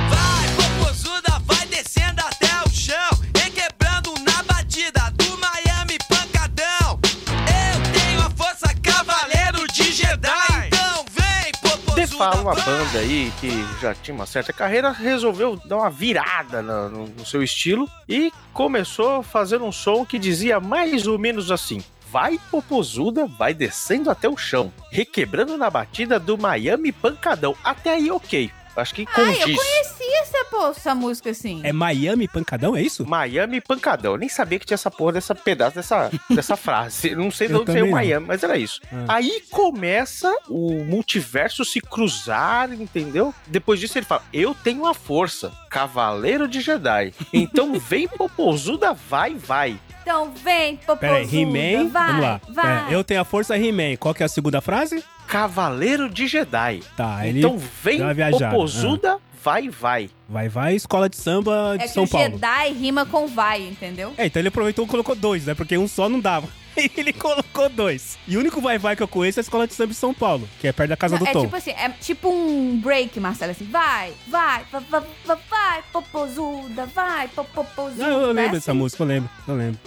Speaker 12: Vai, popozuda, vai descendo até o chão E quebrando na batida do Miami Pancadão Eu tenho a força cavaleiro de Jedi Então vem,
Speaker 5: The Fala,
Speaker 12: popozuda,
Speaker 5: uma
Speaker 12: vai!
Speaker 5: banda aí que já tinha uma certa carreira, resolveu dar uma virada na- no, no seu estilo e começou fazendo um som que dizia mais ou menos assim. Vai, popozuda, vai descendo até o chão, requebrando na batida do Miami Pancadão. Até aí, ok. Acho que
Speaker 2: Ai, eu
Speaker 5: condiz.
Speaker 2: conheci essa pô, essa música assim.
Speaker 1: É Miami Pancadão, é isso?
Speaker 5: Miami pancadão. Eu nem sabia que tinha essa porra dessa pedaço dessa, dessa frase. Eu Não sei de
Speaker 1: Eu
Speaker 5: onde saiu
Speaker 1: também não.
Speaker 5: Miami, mas era isso.
Speaker 1: Ah.
Speaker 5: Aí começa o multiverso se cruzar, entendeu? Depois disso ele fala: Eu tenho a força, cavaleiro de Jedi. Então vem popozuda, vai, vai.
Speaker 2: Então vem, popozuda,
Speaker 1: Pera aí, He-Man.
Speaker 2: vai,
Speaker 1: Vamos lá.
Speaker 2: vai.
Speaker 1: É, eu tenho a força He-Man. Qual que é a segunda frase?
Speaker 5: Cavaleiro de Jedi.
Speaker 1: Tá, ele
Speaker 5: Então vem
Speaker 1: deu uma viajada. é. Ah,
Speaker 5: popozuda, vai, vai.
Speaker 1: vai, vai, escola de samba de
Speaker 2: É que
Speaker 1: São
Speaker 2: o
Speaker 1: Paulo.
Speaker 2: Jedi rima com vai, entendeu?
Speaker 1: É, então ele aproveitou e colocou dois, né? Porque um só não dava. ele colocou dois. E o único vai-vai que eu conheço é a escola de samba de São Paulo, que é perto da casa
Speaker 2: Não,
Speaker 1: do
Speaker 2: é
Speaker 1: Tom.
Speaker 2: tipo assim, é tipo um break, Marcelo, assim, vai, vai, vai, vai, vai, vai popozuda, vai, po- popozuda.
Speaker 1: Ah, eu
Speaker 2: né?
Speaker 1: lembro dessa música, eu lembro, eu lembro.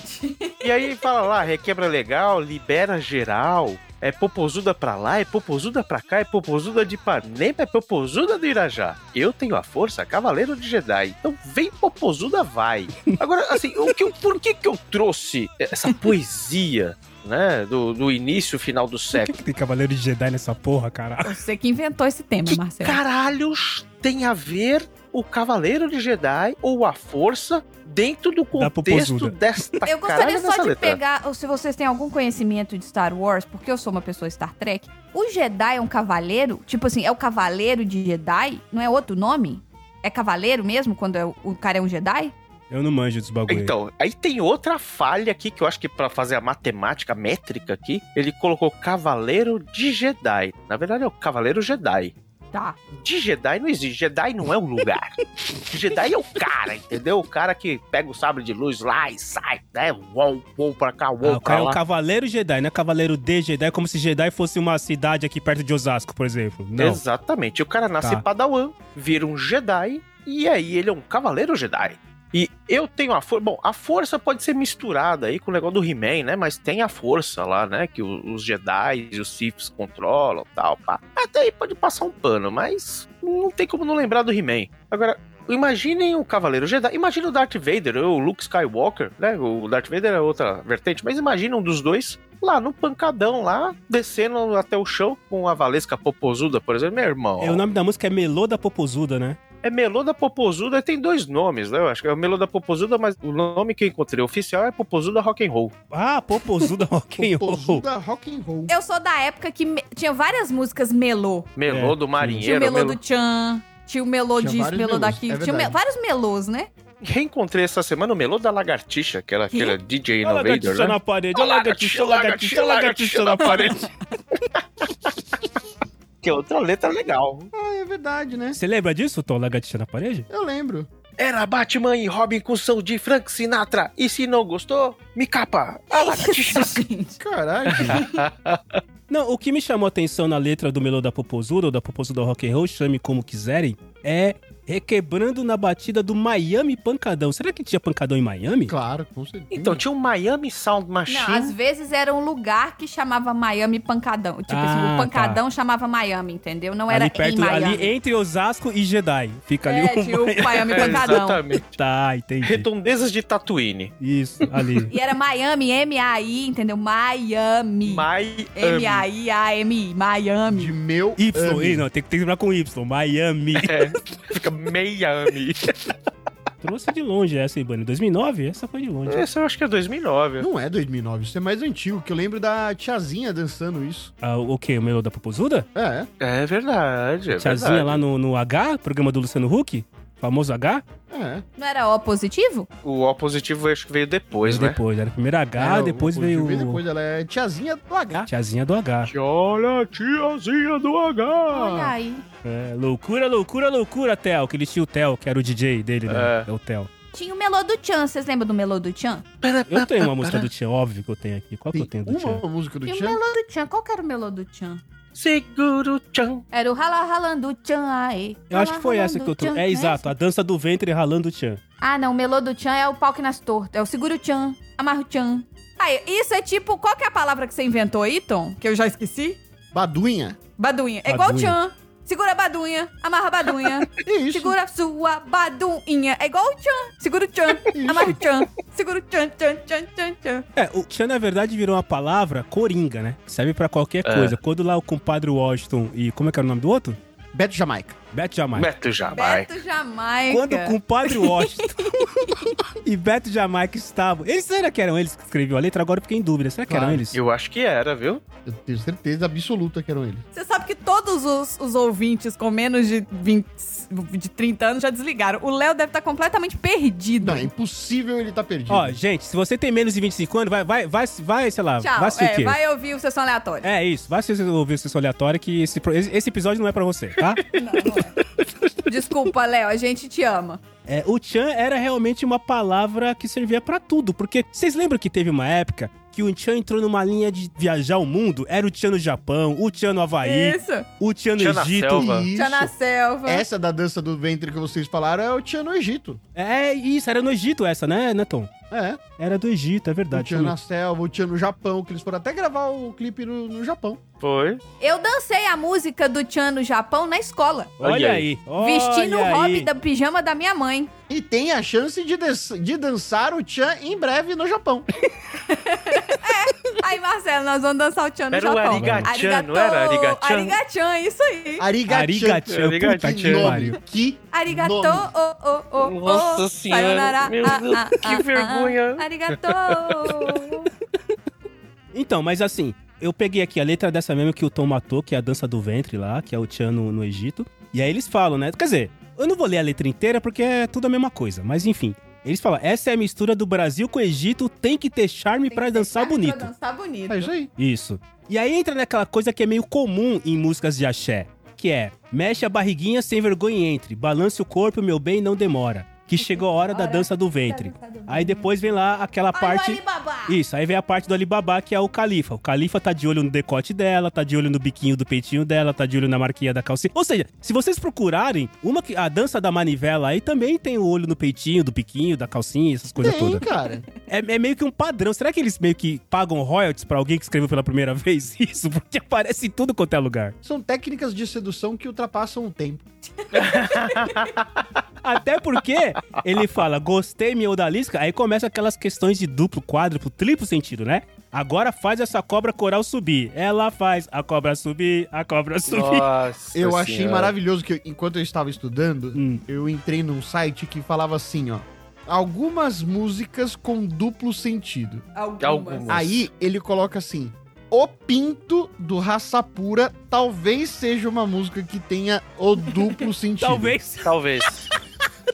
Speaker 5: E aí fala lá, requebra legal, libera geral. É popozuda pra lá, é popozuda pra cá, é popozuda de Ipanema, é popozuda do Irajá. Eu tenho a força, cavaleiro de Jedi. Então vem popozuda, vai. Agora, assim, o que, eu- por que que eu trouxe essa poesia, né, do, do início, final do
Speaker 1: Por é que,
Speaker 5: século?
Speaker 1: que tem Cavaleiro de Jedi nessa porra, cara?
Speaker 2: Você que inventou esse tema,
Speaker 5: Que
Speaker 1: é?
Speaker 2: Marcelo.
Speaker 5: caralhos tem a ver o cavaleiro de Jedi ou a força dentro do contexto
Speaker 1: popozuda.
Speaker 5: desta
Speaker 2: Eu
Speaker 5: caralho
Speaker 2: gostaria só
Speaker 5: dessa
Speaker 2: de
Speaker 5: letra?
Speaker 2: pegar, ou se vocês têm algum conhecimento de Star Wars, porque eu sou uma pessoa Star Trek. O Jedi é um cavaleiro? Tipo assim, é o cavaleiro de Jedi? Não é outro nome? É cavaleiro mesmo quando é o o cara é um Jedi?
Speaker 1: Eu não manjo dos bagulho.
Speaker 5: Então, aí tem outra falha aqui que eu acho que pra fazer a matemática a métrica aqui, ele colocou Cavaleiro de Jedi. Na verdade é o Cavaleiro Jedi.
Speaker 2: Tá.
Speaker 5: De Jedi não existe, Jedi não é um lugar. Jedi é o cara, entendeu? O cara que pega o sabre de luz lá e sai, né? Uou, uou pra cá,
Speaker 1: Ah,
Speaker 5: uou
Speaker 1: o
Speaker 5: pra
Speaker 1: cara é o
Speaker 5: lá.
Speaker 1: Cavaleiro Jedi, não é Cavaleiro de Jedi, como se Jedi fosse uma cidade aqui perto de Osasco, por exemplo. Não.
Speaker 5: Exatamente. O cara nasce
Speaker 1: Tá.
Speaker 5: padawan, vira um Jedi, e aí ele é um cavaleiro Jedi. E eu tenho a força. Bom, a força pode ser misturada aí com o negócio do He-Man, né? Mas tem a força lá, né? Que o- os Jedi e os Siths controlam e tal. Pá. Até aí pode passar um pano, mas não tem como não lembrar do He-Man. Agora, imaginem o Cavaleiro Jedi. Imagina o Darth Vader ou o Luke Skywalker, né? O Darth Vader é outra vertente, mas imagina um dos dois lá no pancadão, lá, descendo até o chão com a Valesca Popozuda, por exemplo. Meu irmão.
Speaker 1: É, o nome da música é Melô da Popozuda, né?
Speaker 5: É Melô da Popozuda, tem dois nomes, né? Eu acho que é o Melô da Popozuda, mas o nome que eu encontrei oficial é Popozuda Rock and Roll.
Speaker 1: Ah, Popozuda Rock and Roll.
Speaker 4: Popozuda rock and roll.
Speaker 2: Eu sou da época que me- tinha várias músicas melô.
Speaker 5: Melô
Speaker 1: É,
Speaker 5: do
Speaker 2: Tinha o
Speaker 5: Marinheiro.
Speaker 2: melô
Speaker 5: Melô-
Speaker 2: do Tchan, tinha o melô
Speaker 4: Tinha
Speaker 2: disso,
Speaker 4: vários
Speaker 2: melô
Speaker 4: melôs,
Speaker 2: daquilo.
Speaker 4: é
Speaker 2: tinha me-
Speaker 4: verdade.
Speaker 2: vários melôs, né?
Speaker 5: Reencontrei essa semana o Melô da Lagartixa, que era aquele DJ
Speaker 1: Olha a
Speaker 5: Innovator,
Speaker 1: lagartixa
Speaker 5: né?
Speaker 1: na parede, olha a lagartixa, olha a lagartixa, olha a lagartixa na parede.
Speaker 5: Que é outra letra legal.
Speaker 4: Ah, é verdade, né?
Speaker 1: Você lembra disso, Tom? Lagartixa na parede?
Speaker 4: Eu lembro.
Speaker 5: Era Batman e Robin com som de Frank Sinatra. E se não gostou, me capa. A lagartixa.
Speaker 2: gente.
Speaker 4: Caralho.
Speaker 1: Não, o que me chamou a atenção na letra do Melô da Popozuda, ou da Popozuda Rock and Roll, chame como quiserem, é requebrando na batida do Miami Pancadão. Será que tinha pancadão em Miami?
Speaker 4: claro, com certeza.
Speaker 5: Então, tinha o Miami Sound
Speaker 2: Não, às
Speaker 5: Machine.
Speaker 2: vezes era um lugar que chamava Miami Pancadão. Tipo assim,
Speaker 1: Ah,
Speaker 2: o Pancadão chamava Miami, entendeu? Não era
Speaker 1: ali perto,
Speaker 2: em Miami.
Speaker 1: ali entre Osasco e Jedi. Fica
Speaker 2: É,
Speaker 1: ali um
Speaker 2: tinha o Miami
Speaker 5: É,
Speaker 2: Pancadão.
Speaker 5: exatamente.
Speaker 1: Tá, entendi.
Speaker 5: Redondezas de Tatooine.
Speaker 1: Isso, ali.
Speaker 2: E era Miami, M-A-I, entendeu? Miami.
Speaker 5: Miami.
Speaker 2: M-A-I-A-M-I, Miami.
Speaker 4: De meu.
Speaker 1: Y,
Speaker 4: É, amigo.
Speaker 1: e não, tem que tem que lembrar com Y, Miami.
Speaker 5: É, fica Miami.
Speaker 1: Trouxe de longe essa, Ibane. 2009? Essa foi de longe.
Speaker 5: Essa eu acho que é 2009.
Speaker 4: Não é 2009, isso é mais antigo, que eu lembro da tiazinha dançando isso.
Speaker 1: Ah, o que? O Melô da Popozuda?
Speaker 4: É,
Speaker 5: É verdade, é
Speaker 1: Tiazinha
Speaker 5: verdade.
Speaker 1: lá no, no H, programa do Luciano Huck? Famoso H?
Speaker 4: é.
Speaker 2: Não era O positivo?
Speaker 5: O O positivo eu acho que veio depois, né?
Speaker 1: depois, era primeiro H,
Speaker 4: É,
Speaker 1: Ah, depois
Speaker 4: o- o
Speaker 1: veio
Speaker 4: Gil veio Depois ela é tiazinha do H.
Speaker 1: Tiazinha do H.
Speaker 5: Que Olha a tiazinha do
Speaker 1: Ah.
Speaker 2: Olha
Speaker 5: H.
Speaker 2: aí.
Speaker 1: É, loucura, loucura, loucura, Tel. Que ele tinha o Tel, que era o DJ dele, né? É, o Tel.
Speaker 2: Tinha o Melô do Tchan, vocês lembram do Melô do Tchan?
Speaker 1: Eu tenho uma música do Tchan, óbvio que eu tenho aqui. Qual que eu
Speaker 4: Tem
Speaker 1: tenho do
Speaker 4: uma
Speaker 1: Tchan?
Speaker 4: música do
Speaker 2: Tinha o
Speaker 4: Tchan.
Speaker 2: Melô do Tchan, qual que era o Melô do Tchan?
Speaker 5: Seguro tchan.
Speaker 2: Era o rala ralando Tchan, aê.
Speaker 1: Eu acho que foi
Speaker 2: Rala
Speaker 1: essa que eu
Speaker 2: ralando
Speaker 1: trouxe.
Speaker 2: tchan,
Speaker 1: É
Speaker 2: né?
Speaker 1: exato, a dança do ventre ralando o Tchan.
Speaker 2: Ah, não, o melô do tchan é o pau que nas tortas. É o seguro tchan, amarro tchan. Aí, isso é tipo, qual que é a palavra que você inventou aí, Tom? Que eu já esqueci?
Speaker 4: Baduinha.
Speaker 2: Baduinha. É igual
Speaker 1: Baduinha.
Speaker 2: tchan. Segura a baduinha, amarra a baduinha.
Speaker 4: É isso.
Speaker 2: segura a sua baduinha. É igual o tchan. Segura o tchan, amarra o tchan. Segura o tchan, tchan, tchan, tchan, tchan.
Speaker 1: É, o Tchan, na verdade, virou uma palavra coringa, né? Serve pra qualquer coisa. Quando lá o compadre Washington e... Como é que era o nome do outro?
Speaker 4: Beto Jamaica.
Speaker 1: Beto Jamaica.
Speaker 5: Beto Jamaica.
Speaker 2: Beto Jamaica.
Speaker 1: Quando o compadre Washington e Beto Jamaica estavam. Eles será que eram eles que escreviam a letra? Agora eu fiquei em dúvida. Será que eram
Speaker 4: Claro.
Speaker 1: eles?
Speaker 5: Eu acho que era, viu?
Speaker 4: Eu tenho certeza absoluta que eram eles.
Speaker 2: Você sabe que todos os, os ouvintes com menos de, 20, de 30 anos já desligaram. O Léo deve estar completamente perdido.
Speaker 4: Não, é impossível ele tá perdido.
Speaker 1: Ó, gente, se você tem menos de 25 anos, vai, vai, vai, vai sei lá,
Speaker 2: Tchau.
Speaker 1: vai assistir o
Speaker 2: é,
Speaker 1: quê?
Speaker 2: vai ouvir o Sessão Aleatória.
Speaker 1: É isso, vai assistir- ouvir o Sessão Aleatória que esse, pro- esse esse episódio não é pra você, tá?
Speaker 2: é. Desculpa, Léo, a gente te ama.
Speaker 1: É, o Chan era realmente uma palavra que servia pra tudo, porque vocês lembram que teve uma época que o Chan entrou numa linha de viajar o mundo? Era o Chan no Japão, o Chan no Havaí,
Speaker 2: Isso.
Speaker 1: o Chan no
Speaker 5: Chan na
Speaker 1: Egito.
Speaker 5: selva.
Speaker 4: Isso.
Speaker 2: Já na selva.
Speaker 4: Essa da dança do ventre que vocês falaram é o Tchan no Egito.
Speaker 1: É isso, era no Egito essa, né, né, Tom?
Speaker 4: É,
Speaker 1: Era do Egito, é
Speaker 4: o
Speaker 1: verdade.
Speaker 4: Tchan na selva, o Tchan no Japão, que eles foram até gravar o clipe no, no Japão.
Speaker 5: Foi.
Speaker 2: Eu dancei a música do Tchan no Japão na escola.
Speaker 1: Olha,
Speaker 5: Olha
Speaker 1: aí. olha
Speaker 2: Vestindo o hobby
Speaker 1: aí.
Speaker 2: da pijama da minha mãe.
Speaker 4: E tem a chance de, des- de dançar o Tchan em breve no Japão.
Speaker 2: Aí, Marcelo, nós vamos dançar o Tchan no
Speaker 5: Era o
Speaker 2: Japão.
Speaker 5: Arigachan, não era Arigachan?
Speaker 2: Arigachan, isso aí.
Speaker 4: Arigatchan.
Speaker 1: Arigatchan, puta que
Speaker 5: Arigatchan.
Speaker 4: Que
Speaker 1: pariu.
Speaker 4: nome, que
Speaker 2: Arigato,
Speaker 4: nome.
Speaker 2: oh, oh, oh,
Speaker 5: Nossa
Speaker 2: oh,
Speaker 5: Senhora,
Speaker 2: sayonara,
Speaker 5: meu
Speaker 2: ah,
Speaker 5: Deus,
Speaker 2: ah,
Speaker 5: que
Speaker 2: ah,
Speaker 5: vergonha.
Speaker 2: ah, arigato.
Speaker 1: Então, mas assim, eu peguei aqui a letra dessa mesmo que o Tom matou, que é a dança do ventre lá, que é o Tchan no, no Egito. E aí eles falam, né? Quer dizer, eu não vou ler a letra inteira porque é tudo a mesma coisa, mas enfim. Eles falam, essa é a mistura do Brasil com o Egito, tem que ter charme pra dançar bonito.
Speaker 2: Pra dançar bonito.
Speaker 4: É isso aí.
Speaker 1: Isso. E aí entra naquela coisa que é meio comum em músicas de axé, que é mexe a barriguinha sem vergonha e entre, balance o corpo, meu bem, não demora. Que chegou a hora da dança do ventre. Aí depois vem lá aquela parte.
Speaker 2: Olha o Alibaba.
Speaker 1: Isso, aí vem a parte do Alibaba, que é o Califa. O Califa tá de olho no decote dela, tá de olho no biquinho do peitinho dela, tá de olho na marquinha da calcinha. Ou seja, se vocês procurarem, uma que- a dança da manivela aí também tem o olho no peitinho, do biquinho, da calcinha, essas coisas
Speaker 4: Tem,
Speaker 1: todas.
Speaker 4: cara.
Speaker 1: É, é meio que um padrão. Será que eles meio que pagam royalties pra alguém que escreveu pela primeira vez isso? Porque aparece em tudo quanto é lugar.
Speaker 4: São técnicas de sedução que ultrapassam o tempo.
Speaker 1: Até porque ele fala, gostei, me odalisca, aí começa aquelas questões de duplo, quádruplo, triplo sentido, né? Agora faz essa cobra coral subir. Ela faz a cobra subir, a cobra subir.
Speaker 5: Nossa
Speaker 4: Eu achei
Speaker 5: Senhora.
Speaker 4: maravilhoso que, enquanto eu estava estudando,
Speaker 1: Hum.
Speaker 4: eu entrei num site que falava assim, ó. Algumas músicas com duplo sentido.
Speaker 5: Algumas.
Speaker 4: Aí ele coloca assim: O Pinto do Raça Pura talvez seja uma música que tenha o duplo sentido.
Speaker 1: Talvez,
Speaker 5: Talvez.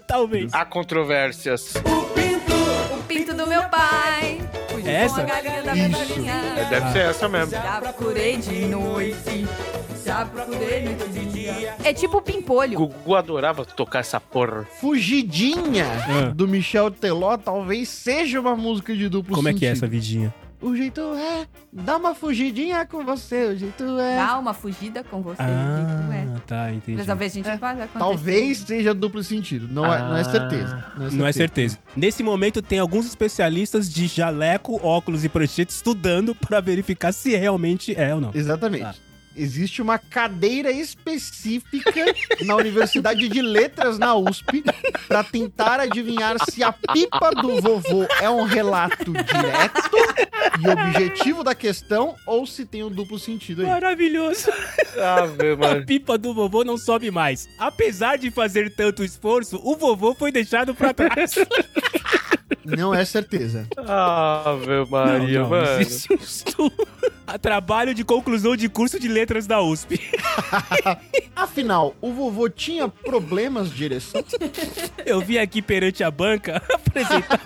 Speaker 1: talvez.
Speaker 5: Há controvérsias.
Speaker 2: O pinto do meu pai. Fugiu
Speaker 1: É essa?
Speaker 2: com a galinha da
Speaker 4: Isso.
Speaker 5: É,
Speaker 2: minha
Speaker 5: Deve ser essa mesmo.
Speaker 2: Já procurei de noite. Já procurei muito de dia. É tipo o pimpolho.
Speaker 5: Gugu adorava tocar essa porra.
Speaker 4: Fugidinha
Speaker 1: Ah.
Speaker 4: do Michel Teló talvez seja uma música de duplo
Speaker 1: Como é
Speaker 4: sentido.
Speaker 1: que é essa vidinha?
Speaker 4: O jeito é dar uma fugidinha com você, o jeito é.
Speaker 2: Dá uma fugida com você. digo, é.
Speaker 1: Ah, tá, entendi.
Speaker 2: Dessa vez a gente vai acontecer.
Speaker 4: Talvez seja duplo sentido, não, é, não é certeza.
Speaker 1: Ah. Não é certeza. Nesse momento, tem alguns especialistas de jaleco, óculos e prancheta estudando pra verificar se realmente é ou não.
Speaker 4: Exatamente.
Speaker 1: Ah.
Speaker 4: Existe uma cadeira específica na Universidade de Letras na USP para tentar adivinhar se a pipa do vovô é um relato direto e objetivo da questão ou se tem um duplo sentido aí.
Speaker 1: Maravilhoso.
Speaker 5: Ah, meu,
Speaker 1: A
Speaker 5: mano.
Speaker 1: pipa do vovô não sobe mais. Apesar de fazer tanto esforço, o vovô foi deixado pra trás.
Speaker 4: Não é certeza.
Speaker 5: Ah, meu Maria,
Speaker 1: não, não,
Speaker 5: mano.
Speaker 1: existe um estudo. A Trabalho de conclusão de curso de letras da USP.
Speaker 4: Afinal, o vovô tinha problemas de ereção?
Speaker 1: Eu vim aqui perante a banca apresentar.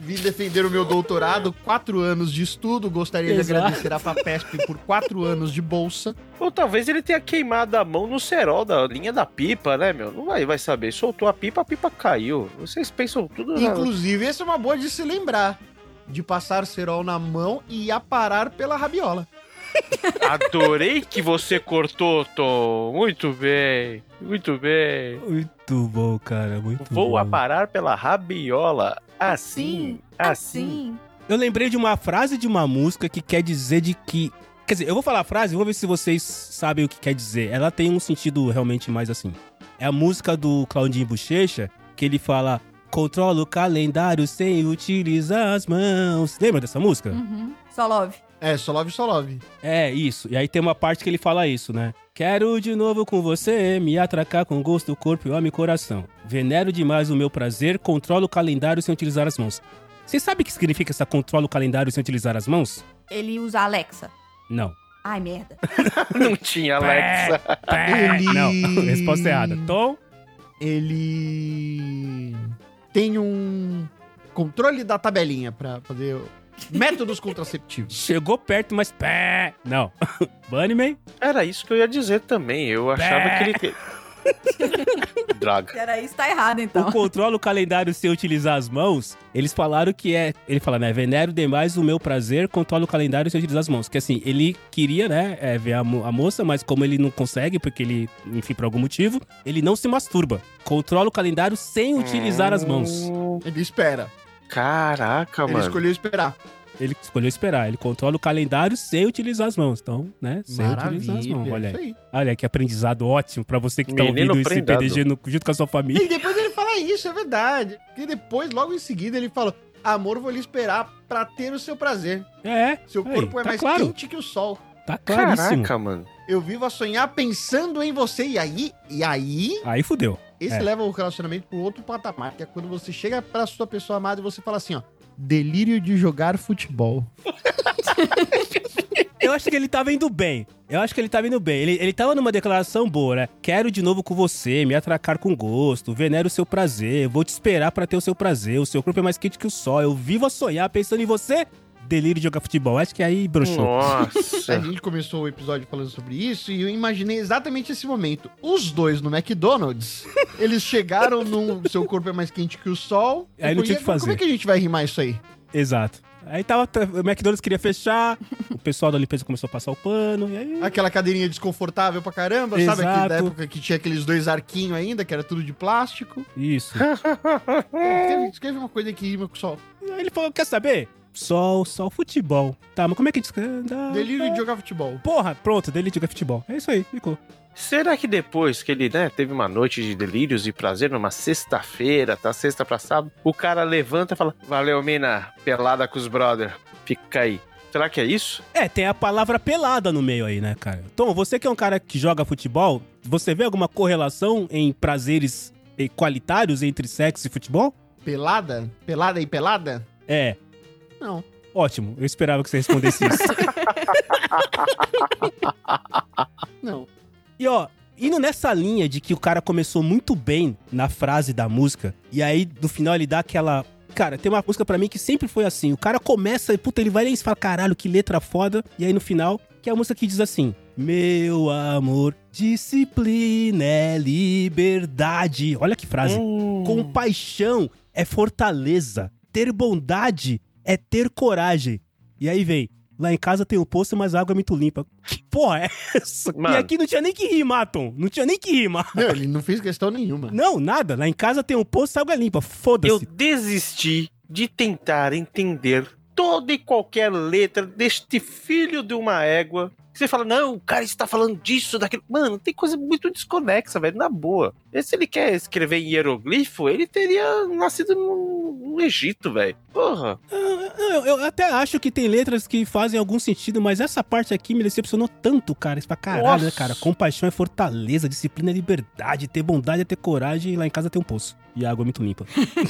Speaker 4: Vim defender o meu doutorado, quatro anos de estudo. Gostaria de
Speaker 1: Exato.
Speaker 4: agradecer a FAPESP por quatro anos de bolsa.
Speaker 5: Ou talvez ele tenha queimado a mão no cerol da linha da pipa, né, meu? Não vai, vai saber. Soltou a pipa, a pipa caiu. Vocês pensam tudo né? na...
Speaker 4: Inclusive, essa é uma boa de se lembrar. De passar cerol na mão e aparar pela rabiola.
Speaker 5: Adorei que você cortou, Tom. Muito bem. Muito bem.
Speaker 1: Muito bom, cara. Muito
Speaker 5: Vou
Speaker 1: bom.
Speaker 5: aparar pela rabiola. Assim,
Speaker 1: Ah,
Speaker 5: assim.
Speaker 2: Assim.
Speaker 1: Eu lembrei de uma frase de uma música que quer dizer de que. Quer dizer, eu vou falar a frase, vou ver se vocês sabem o que quer dizer. Ela tem um sentido realmente mais assim. É a música do Claudinho Bochecha, que ele fala: controla o calendário sem utilizar as mãos. Lembra dessa música?
Speaker 2: Uhum. Só love.
Speaker 4: É, Solove, Solove.
Speaker 1: É, isso. E aí tem uma parte que ele fala isso, né? Quero de novo com você, me atracar com gosto, corpo, alma e coração. Venero demais o meu prazer, controlo o calendário sem utilizar as mãos. Você sabe o que significa essa controla o calendário sem utilizar as mãos?
Speaker 11: Ele usa a Alexa.
Speaker 1: Não.
Speaker 11: Ai, merda.
Speaker 5: Não tinha Alexa.
Speaker 4: Ele-
Speaker 1: Não, resposta errada. Tom?
Speaker 4: Ele tem um controle da tabelinha pra fazer o- métodos contraceptivos.
Speaker 1: Chegou perto, mas pé. Não. Bunnyman?
Speaker 5: Era isso que eu ia dizer também. Eu achava que ele. Te... Droga.
Speaker 2: Era isso, tá errado então.
Speaker 1: O controla o calendário sem utilizar as mãos. Eles falaram que é. Ele fala, né? Venero demais o meu prazer, controla o calendário sem utilizar as mãos. Que assim, ele queria, né? é, ver a, mo- a moça, mas como ele não consegue, porque ele, enfim, por algum motivo, ele não se masturba. Controla o calendário sem utilizar as mãos.
Speaker 5: Hum,
Speaker 4: Ele espera.
Speaker 5: Caraca,
Speaker 4: ele
Speaker 5: mano.
Speaker 4: escolheu esperar.
Speaker 1: Ele escolheu esperar. Ele controla o calendário sem utilizar as mãos. Então, né? Sem utilizar as mãos. Olha aí.
Speaker 4: isso aí.
Speaker 1: Olha que aprendizado ótimo pra você que tá
Speaker 5: Menino
Speaker 1: ouvindo esse
Speaker 5: prendado.
Speaker 1: PDG no- junto com a sua família.
Speaker 4: E depois ele fala isso, é verdade. E depois, logo em seguida, ele fala: Amor, vou lhe esperar pra ter o seu prazer.
Speaker 1: É,
Speaker 4: Seu
Speaker 1: Aí,
Speaker 4: corpo é
Speaker 1: tá
Speaker 4: mais
Speaker 1: claro.
Speaker 4: quente que o sol.
Speaker 1: tá claríssimo.
Speaker 5: Caraca, mano.
Speaker 4: Eu vivo a sonhar pensando em você. E aí, e aí,
Speaker 1: Aí fudeu.
Speaker 4: esse
Speaker 1: É.
Speaker 4: leva o relacionamento pro outro patamar, que é quando você chega pra sua pessoa amada e você fala assim, ó. Delírio de jogar futebol.
Speaker 1: Eu acho que ele tava indo bem. Eu acho que ele tava indo bem. Ele, ele tava numa declaração boa, né? Quero de novo com você, me atracar com gosto, venero o seu prazer, vou te esperar pra ter o seu prazer, o seu corpo é mais quente que o sol, eu vivo a sonhar pensando em você. Delírio de jogar futebol. Acho que aí broxou.
Speaker 4: A
Speaker 1: É.
Speaker 5: Nossa.
Speaker 4: gente começou o episódio falando sobre isso e eu imaginei exatamente esse momento. Os dois no McDonald's, eles chegaram num seu corpo é mais quente que o sol.
Speaker 1: Aí não tinha o que
Speaker 4: Como
Speaker 1: fazer.
Speaker 4: é que a gente vai rimar isso aí?
Speaker 1: Exato. Aí tava. O McDonald's queria fechar, o pessoal da limpeza começou a passar o pano, e aí.
Speaker 4: Aquela cadeirinha desconfortável pra caramba, sabe?
Speaker 1: Exato.
Speaker 4: Aqui da época que tinha aqueles dois arquinhos ainda, que era tudo de plástico.
Speaker 1: Isso. É.
Speaker 4: Escreve, escreve uma coisa que rima com sol.
Speaker 1: Aí ele falou: quer saber? Sol, sol, futebol. Tá, mas como é que diz? Ah,
Speaker 4: Delírio de jogar futebol.
Speaker 1: Porra, pronto, delírio de jogar futebol. É isso aí, ficou.
Speaker 5: Será que depois que ele né, teve uma noite de delírios e prazer numa sexta-feira, tá sexta pra sábado, o cara levanta e fala: Valeu, mina, pelada com os brother. Fica aí. Será que é isso?
Speaker 1: É, tem a palavra pelada no meio aí, né, cara? Tom, você que é um cara que joga futebol, você vê alguma correlação em prazeres eh, qualitários entre sexo e futebol?
Speaker 4: Pelada? Pelada e pelada?
Speaker 1: É,
Speaker 4: Não.
Speaker 1: ótimo. Eu esperava que você respondesse isso.
Speaker 4: Não.
Speaker 1: E ó, indo nessa linha de que o cara começou muito bem na frase da música, e aí no final ele dá aquela. Cara, tem uma música pra mim que sempre foi assim. O cara começa e, puta, ele vai e fala, caralho, que letra foda. E aí no final, que é a música que diz assim: Meu amor, disciplina é liberdade. Olha que frase.
Speaker 5: Hum.
Speaker 1: Compaixão é fortaleza. Ter bondade é ter coragem. E aí vem, lá em casa tem um poço, mas a água é muito limpa. Que porra é essa?
Speaker 5: Mano.
Speaker 1: E aqui não tinha nem que rimar, Tom. Não tinha nem que rimar.
Speaker 4: Não, ele não fez questão nenhuma.
Speaker 1: Não, nada. Lá em casa tem um poço, a água é limpa.
Speaker 5: Eu
Speaker 1: Foda-se.
Speaker 5: desisti de tentar entender toda e qualquer letra deste filho de uma égua. Você fala, não, o cara está falando disso, daquilo. Mano, tem coisa muito desconexa, velho, na boa. E se ele quer escrever em hieroglifo, ele teria nascido no, no Egito, velho. Porra.
Speaker 1: Eu, eu até acho que tem letras que fazem algum sentido, mas essa parte aqui me decepcionou tanto, cara. Isso pra caralho,
Speaker 5: Nossa.
Speaker 1: né, cara? Compaixão é fortaleza, disciplina é liberdade, ter bondade é ter coragem. E lá em casa tem um poço. E a água é muito limpa.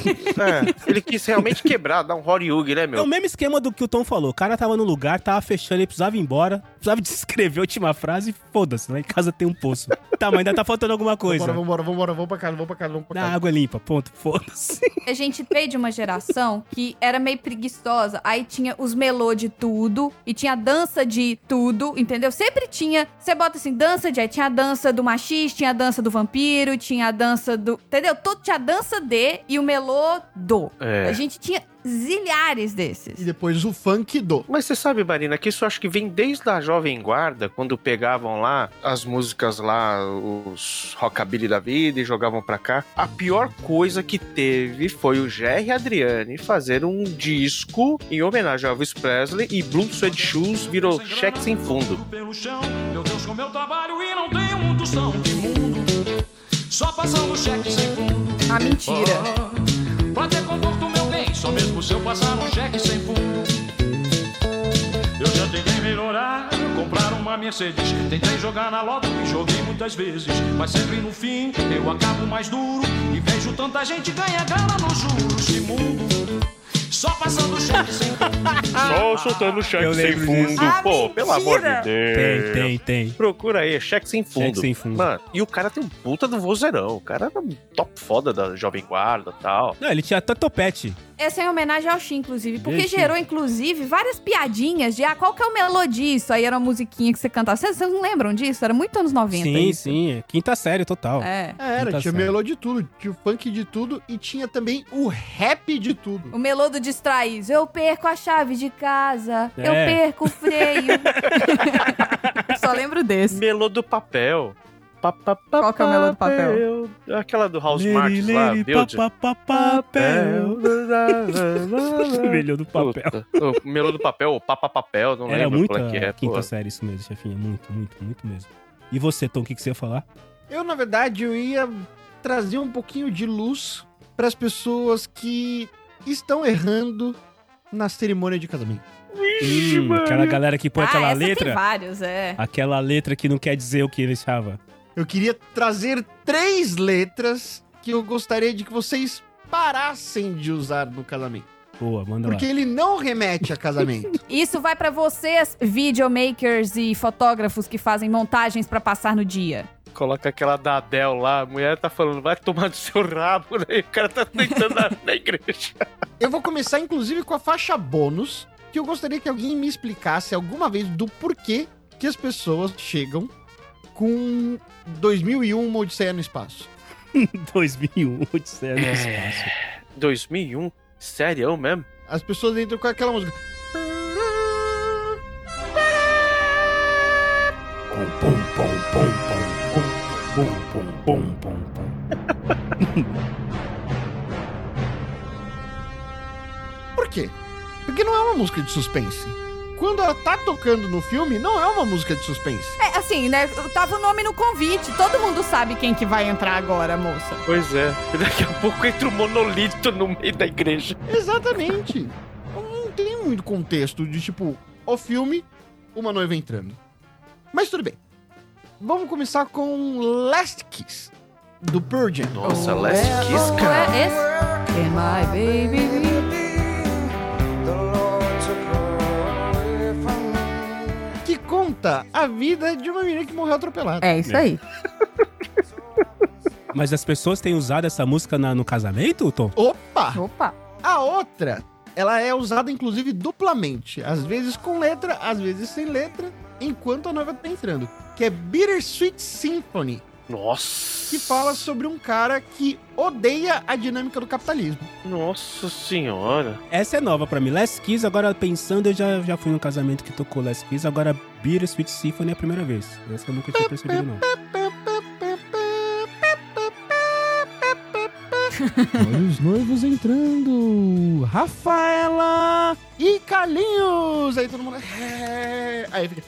Speaker 5: É, ele quis realmente quebrar, dar um Horyug, né,
Speaker 1: É o
Speaker 5: meu?
Speaker 1: mesmo esquema do que o Tom falou. O cara tava no lugar, tava fechando, ele precisava ir embora, precisava descrever a última frase e foda-se, lá em casa tem um poço. tá, mas ainda tá faltando alguma coisa.
Speaker 4: Vambora, vambora, vambora, vamos pra casa, vamos pra casa, vamos pra
Speaker 1: Na
Speaker 4: casa.
Speaker 1: água é limpa, ponto, foda-se.
Speaker 11: A gente veio de uma geração que era meio preguiçosa. Aí tinha os melô de tudo e tinha a dança de tudo, entendeu? Sempre tinha. Você bota assim, dança de. Aí tinha a dança do machista, tinha a dança do vampiro, tinha a dança do. Entendeu? Todo tinha a dança de e o melô do. A
Speaker 5: É.
Speaker 11: gente tinha zilhares desses.
Speaker 4: E depois o funk do.
Speaker 5: Mas você sabe, Marina, que isso eu acho que vem desde a Jovem Guarda, quando pegavam lá as músicas lá, os rockabilly da vida e jogavam pra cá. A pior coisa que teve foi o Jerry Adriani fazer um disco em homenagem a Elvis Presley e Blue Suede Shoes virou cheque sem fundo.
Speaker 13: Pelo chão, meu Deus, como eu trabalho e não tenho um tostão de mundo. Só passando cheque sem fundo.
Speaker 11: Ah, mentira.
Speaker 13: Pra ter conforto, meu bem, só mesmo se eu passar um cheque sem fundo. Eu já tentei melhorar, comprar uma Mercedes. Tentei jogar na loto e joguei muitas vezes. Mas sempre no fim eu acabo mais duro. E vejo tanta gente ganhar grana nos juros. Imundo, só passando cheque sem
Speaker 5: Só soltando
Speaker 1: Eu
Speaker 5: cheque sem
Speaker 1: lembro
Speaker 5: fundo.
Speaker 1: disso.
Speaker 2: Ah,
Speaker 5: Pô, pelo amor de
Speaker 2: mentira!
Speaker 1: Tem,
Speaker 5: Deus.
Speaker 1: tem, tem.
Speaker 5: Procura aí, é cheque sem fundo.
Speaker 1: Cheque sem fundo.
Speaker 5: Mano, e o cara tem um puta do vozeirão. O cara era um top foda da Jovem Guarda e tal.
Speaker 1: Não, ele tinha até topete.
Speaker 2: Essa é em homenagem ao Shin, inclusive, porque
Speaker 1: Deixa.
Speaker 2: gerou, inclusive, várias piadinhas de ah, qual que é o melô disso? Aí era uma musiquinha que você cantava. Vocês vocês não lembram disso? Era muito anos 90.
Speaker 1: Sim,
Speaker 2: isso.
Speaker 1: sim. é Quinta série total.
Speaker 2: É.
Speaker 4: É, era,
Speaker 1: Quinta
Speaker 4: tinha
Speaker 1: série.
Speaker 4: melô de tudo, tinha o funk de tudo e tinha também o rap de tudo.
Speaker 2: O melô do distraís. Eu perco a chave de casa.
Speaker 1: É.
Speaker 2: Eu perco o freio. Só lembro desse.
Speaker 5: Melô do papel. Pa, pa, pa,
Speaker 11: Qual que é o melô do papel?
Speaker 5: Aquela do House
Speaker 1: Liri,
Speaker 5: Martins lá,
Speaker 1: liri,
Speaker 5: Build.
Speaker 1: pa, pa, pa, papel. Vermelho do papel.
Speaker 5: Puta, O melô do papel, o papapapel, não
Speaker 1: Era
Speaker 5: lembro
Speaker 1: muito
Speaker 5: qual é que é.
Speaker 1: a quinta
Speaker 5: pô.
Speaker 1: série isso mesmo, chefinha. Muito, muito, muito mesmo. E você, Tom, o que, que você ia falar?
Speaker 4: Eu, na verdade, eu ia trazer um pouquinho de luz pras pessoas que estão errando na cerimônia de casamento.
Speaker 1: Hum, aquela galera que põe
Speaker 2: ah,
Speaker 1: aquela
Speaker 2: essa tem
Speaker 1: letra.
Speaker 2: vários, é.
Speaker 1: Aquela letra que não quer dizer o que ele achava.
Speaker 4: Eu queria trazer três letras que eu gostaria de que vocês parassem de usar no casamento.
Speaker 1: Boa, manda
Speaker 4: Porque
Speaker 1: lá.
Speaker 4: ele não remete a casamento.
Speaker 2: Isso vai pra vocês, videomakers e fotógrafos que fazem montagens pra passar no dia.
Speaker 5: Coloca aquela da Adele lá, a mulher tá falando, vai tomar do seu rabo, né? E o cara tá tentando na, na igreja.
Speaker 4: eu vou começar, inclusive, com a faixa bônus, que eu gostaria que alguém me explicasse alguma vez do porquê que as pessoas chegam com 2001 Uma Odisseia no Espaço.
Speaker 1: 2001, Odisseia no espaço.
Speaker 5: 2001? Sério mesmo?
Speaker 4: As pessoas entram com aquela música. Por quê? Porque não é uma música de suspense. Quando ela tá tocando no filme, não é uma música de suspense.
Speaker 11: É, assim, né? Tava o nome no convite. Todo mundo sabe quem que vai entrar agora, moça.
Speaker 5: Pois é. E daqui a pouco entra um monolito no meio da igreja.
Speaker 4: Exatamente. Não tem muito contexto de tipo, o filme, uma noiva entrando. Mas tudo bem. Vamos começar com Last Kiss, do Pearl Jam.
Speaker 5: Nossa, Last
Speaker 2: É,
Speaker 5: Kiss, cara.
Speaker 11: É
Speaker 14: Where is
Speaker 2: Can my baby
Speaker 4: Que conta a vida de uma menina que morreu atropelada.
Speaker 11: É isso aí.
Speaker 1: Mas as pessoas têm usado essa música na- no casamento, Tom?
Speaker 4: Opa!
Speaker 11: Opa.
Speaker 4: A outra, ela é usada inclusive duplamente. Às vezes com letra, às vezes sem letra, enquanto a noiva tá entrando. Que é Bittersweet Symphony,
Speaker 5: Nossa. assim?
Speaker 4: que fala sobre um cara que odeia a dinâmica do capitalismo.
Speaker 5: Nossa senhora.
Speaker 1: Essa é nova pra mim. Last Kiss, agora pensando, eu já, já fui num casamento que tocou Last Kiss. Agora, Bittersweet Symphony é a primeira vez. Essa eu nunca tinha percebido, não.
Speaker 4: Olha os noivos entrando! Rafaela e Carlinhos! Aí todo mundo. "É". Aí fica.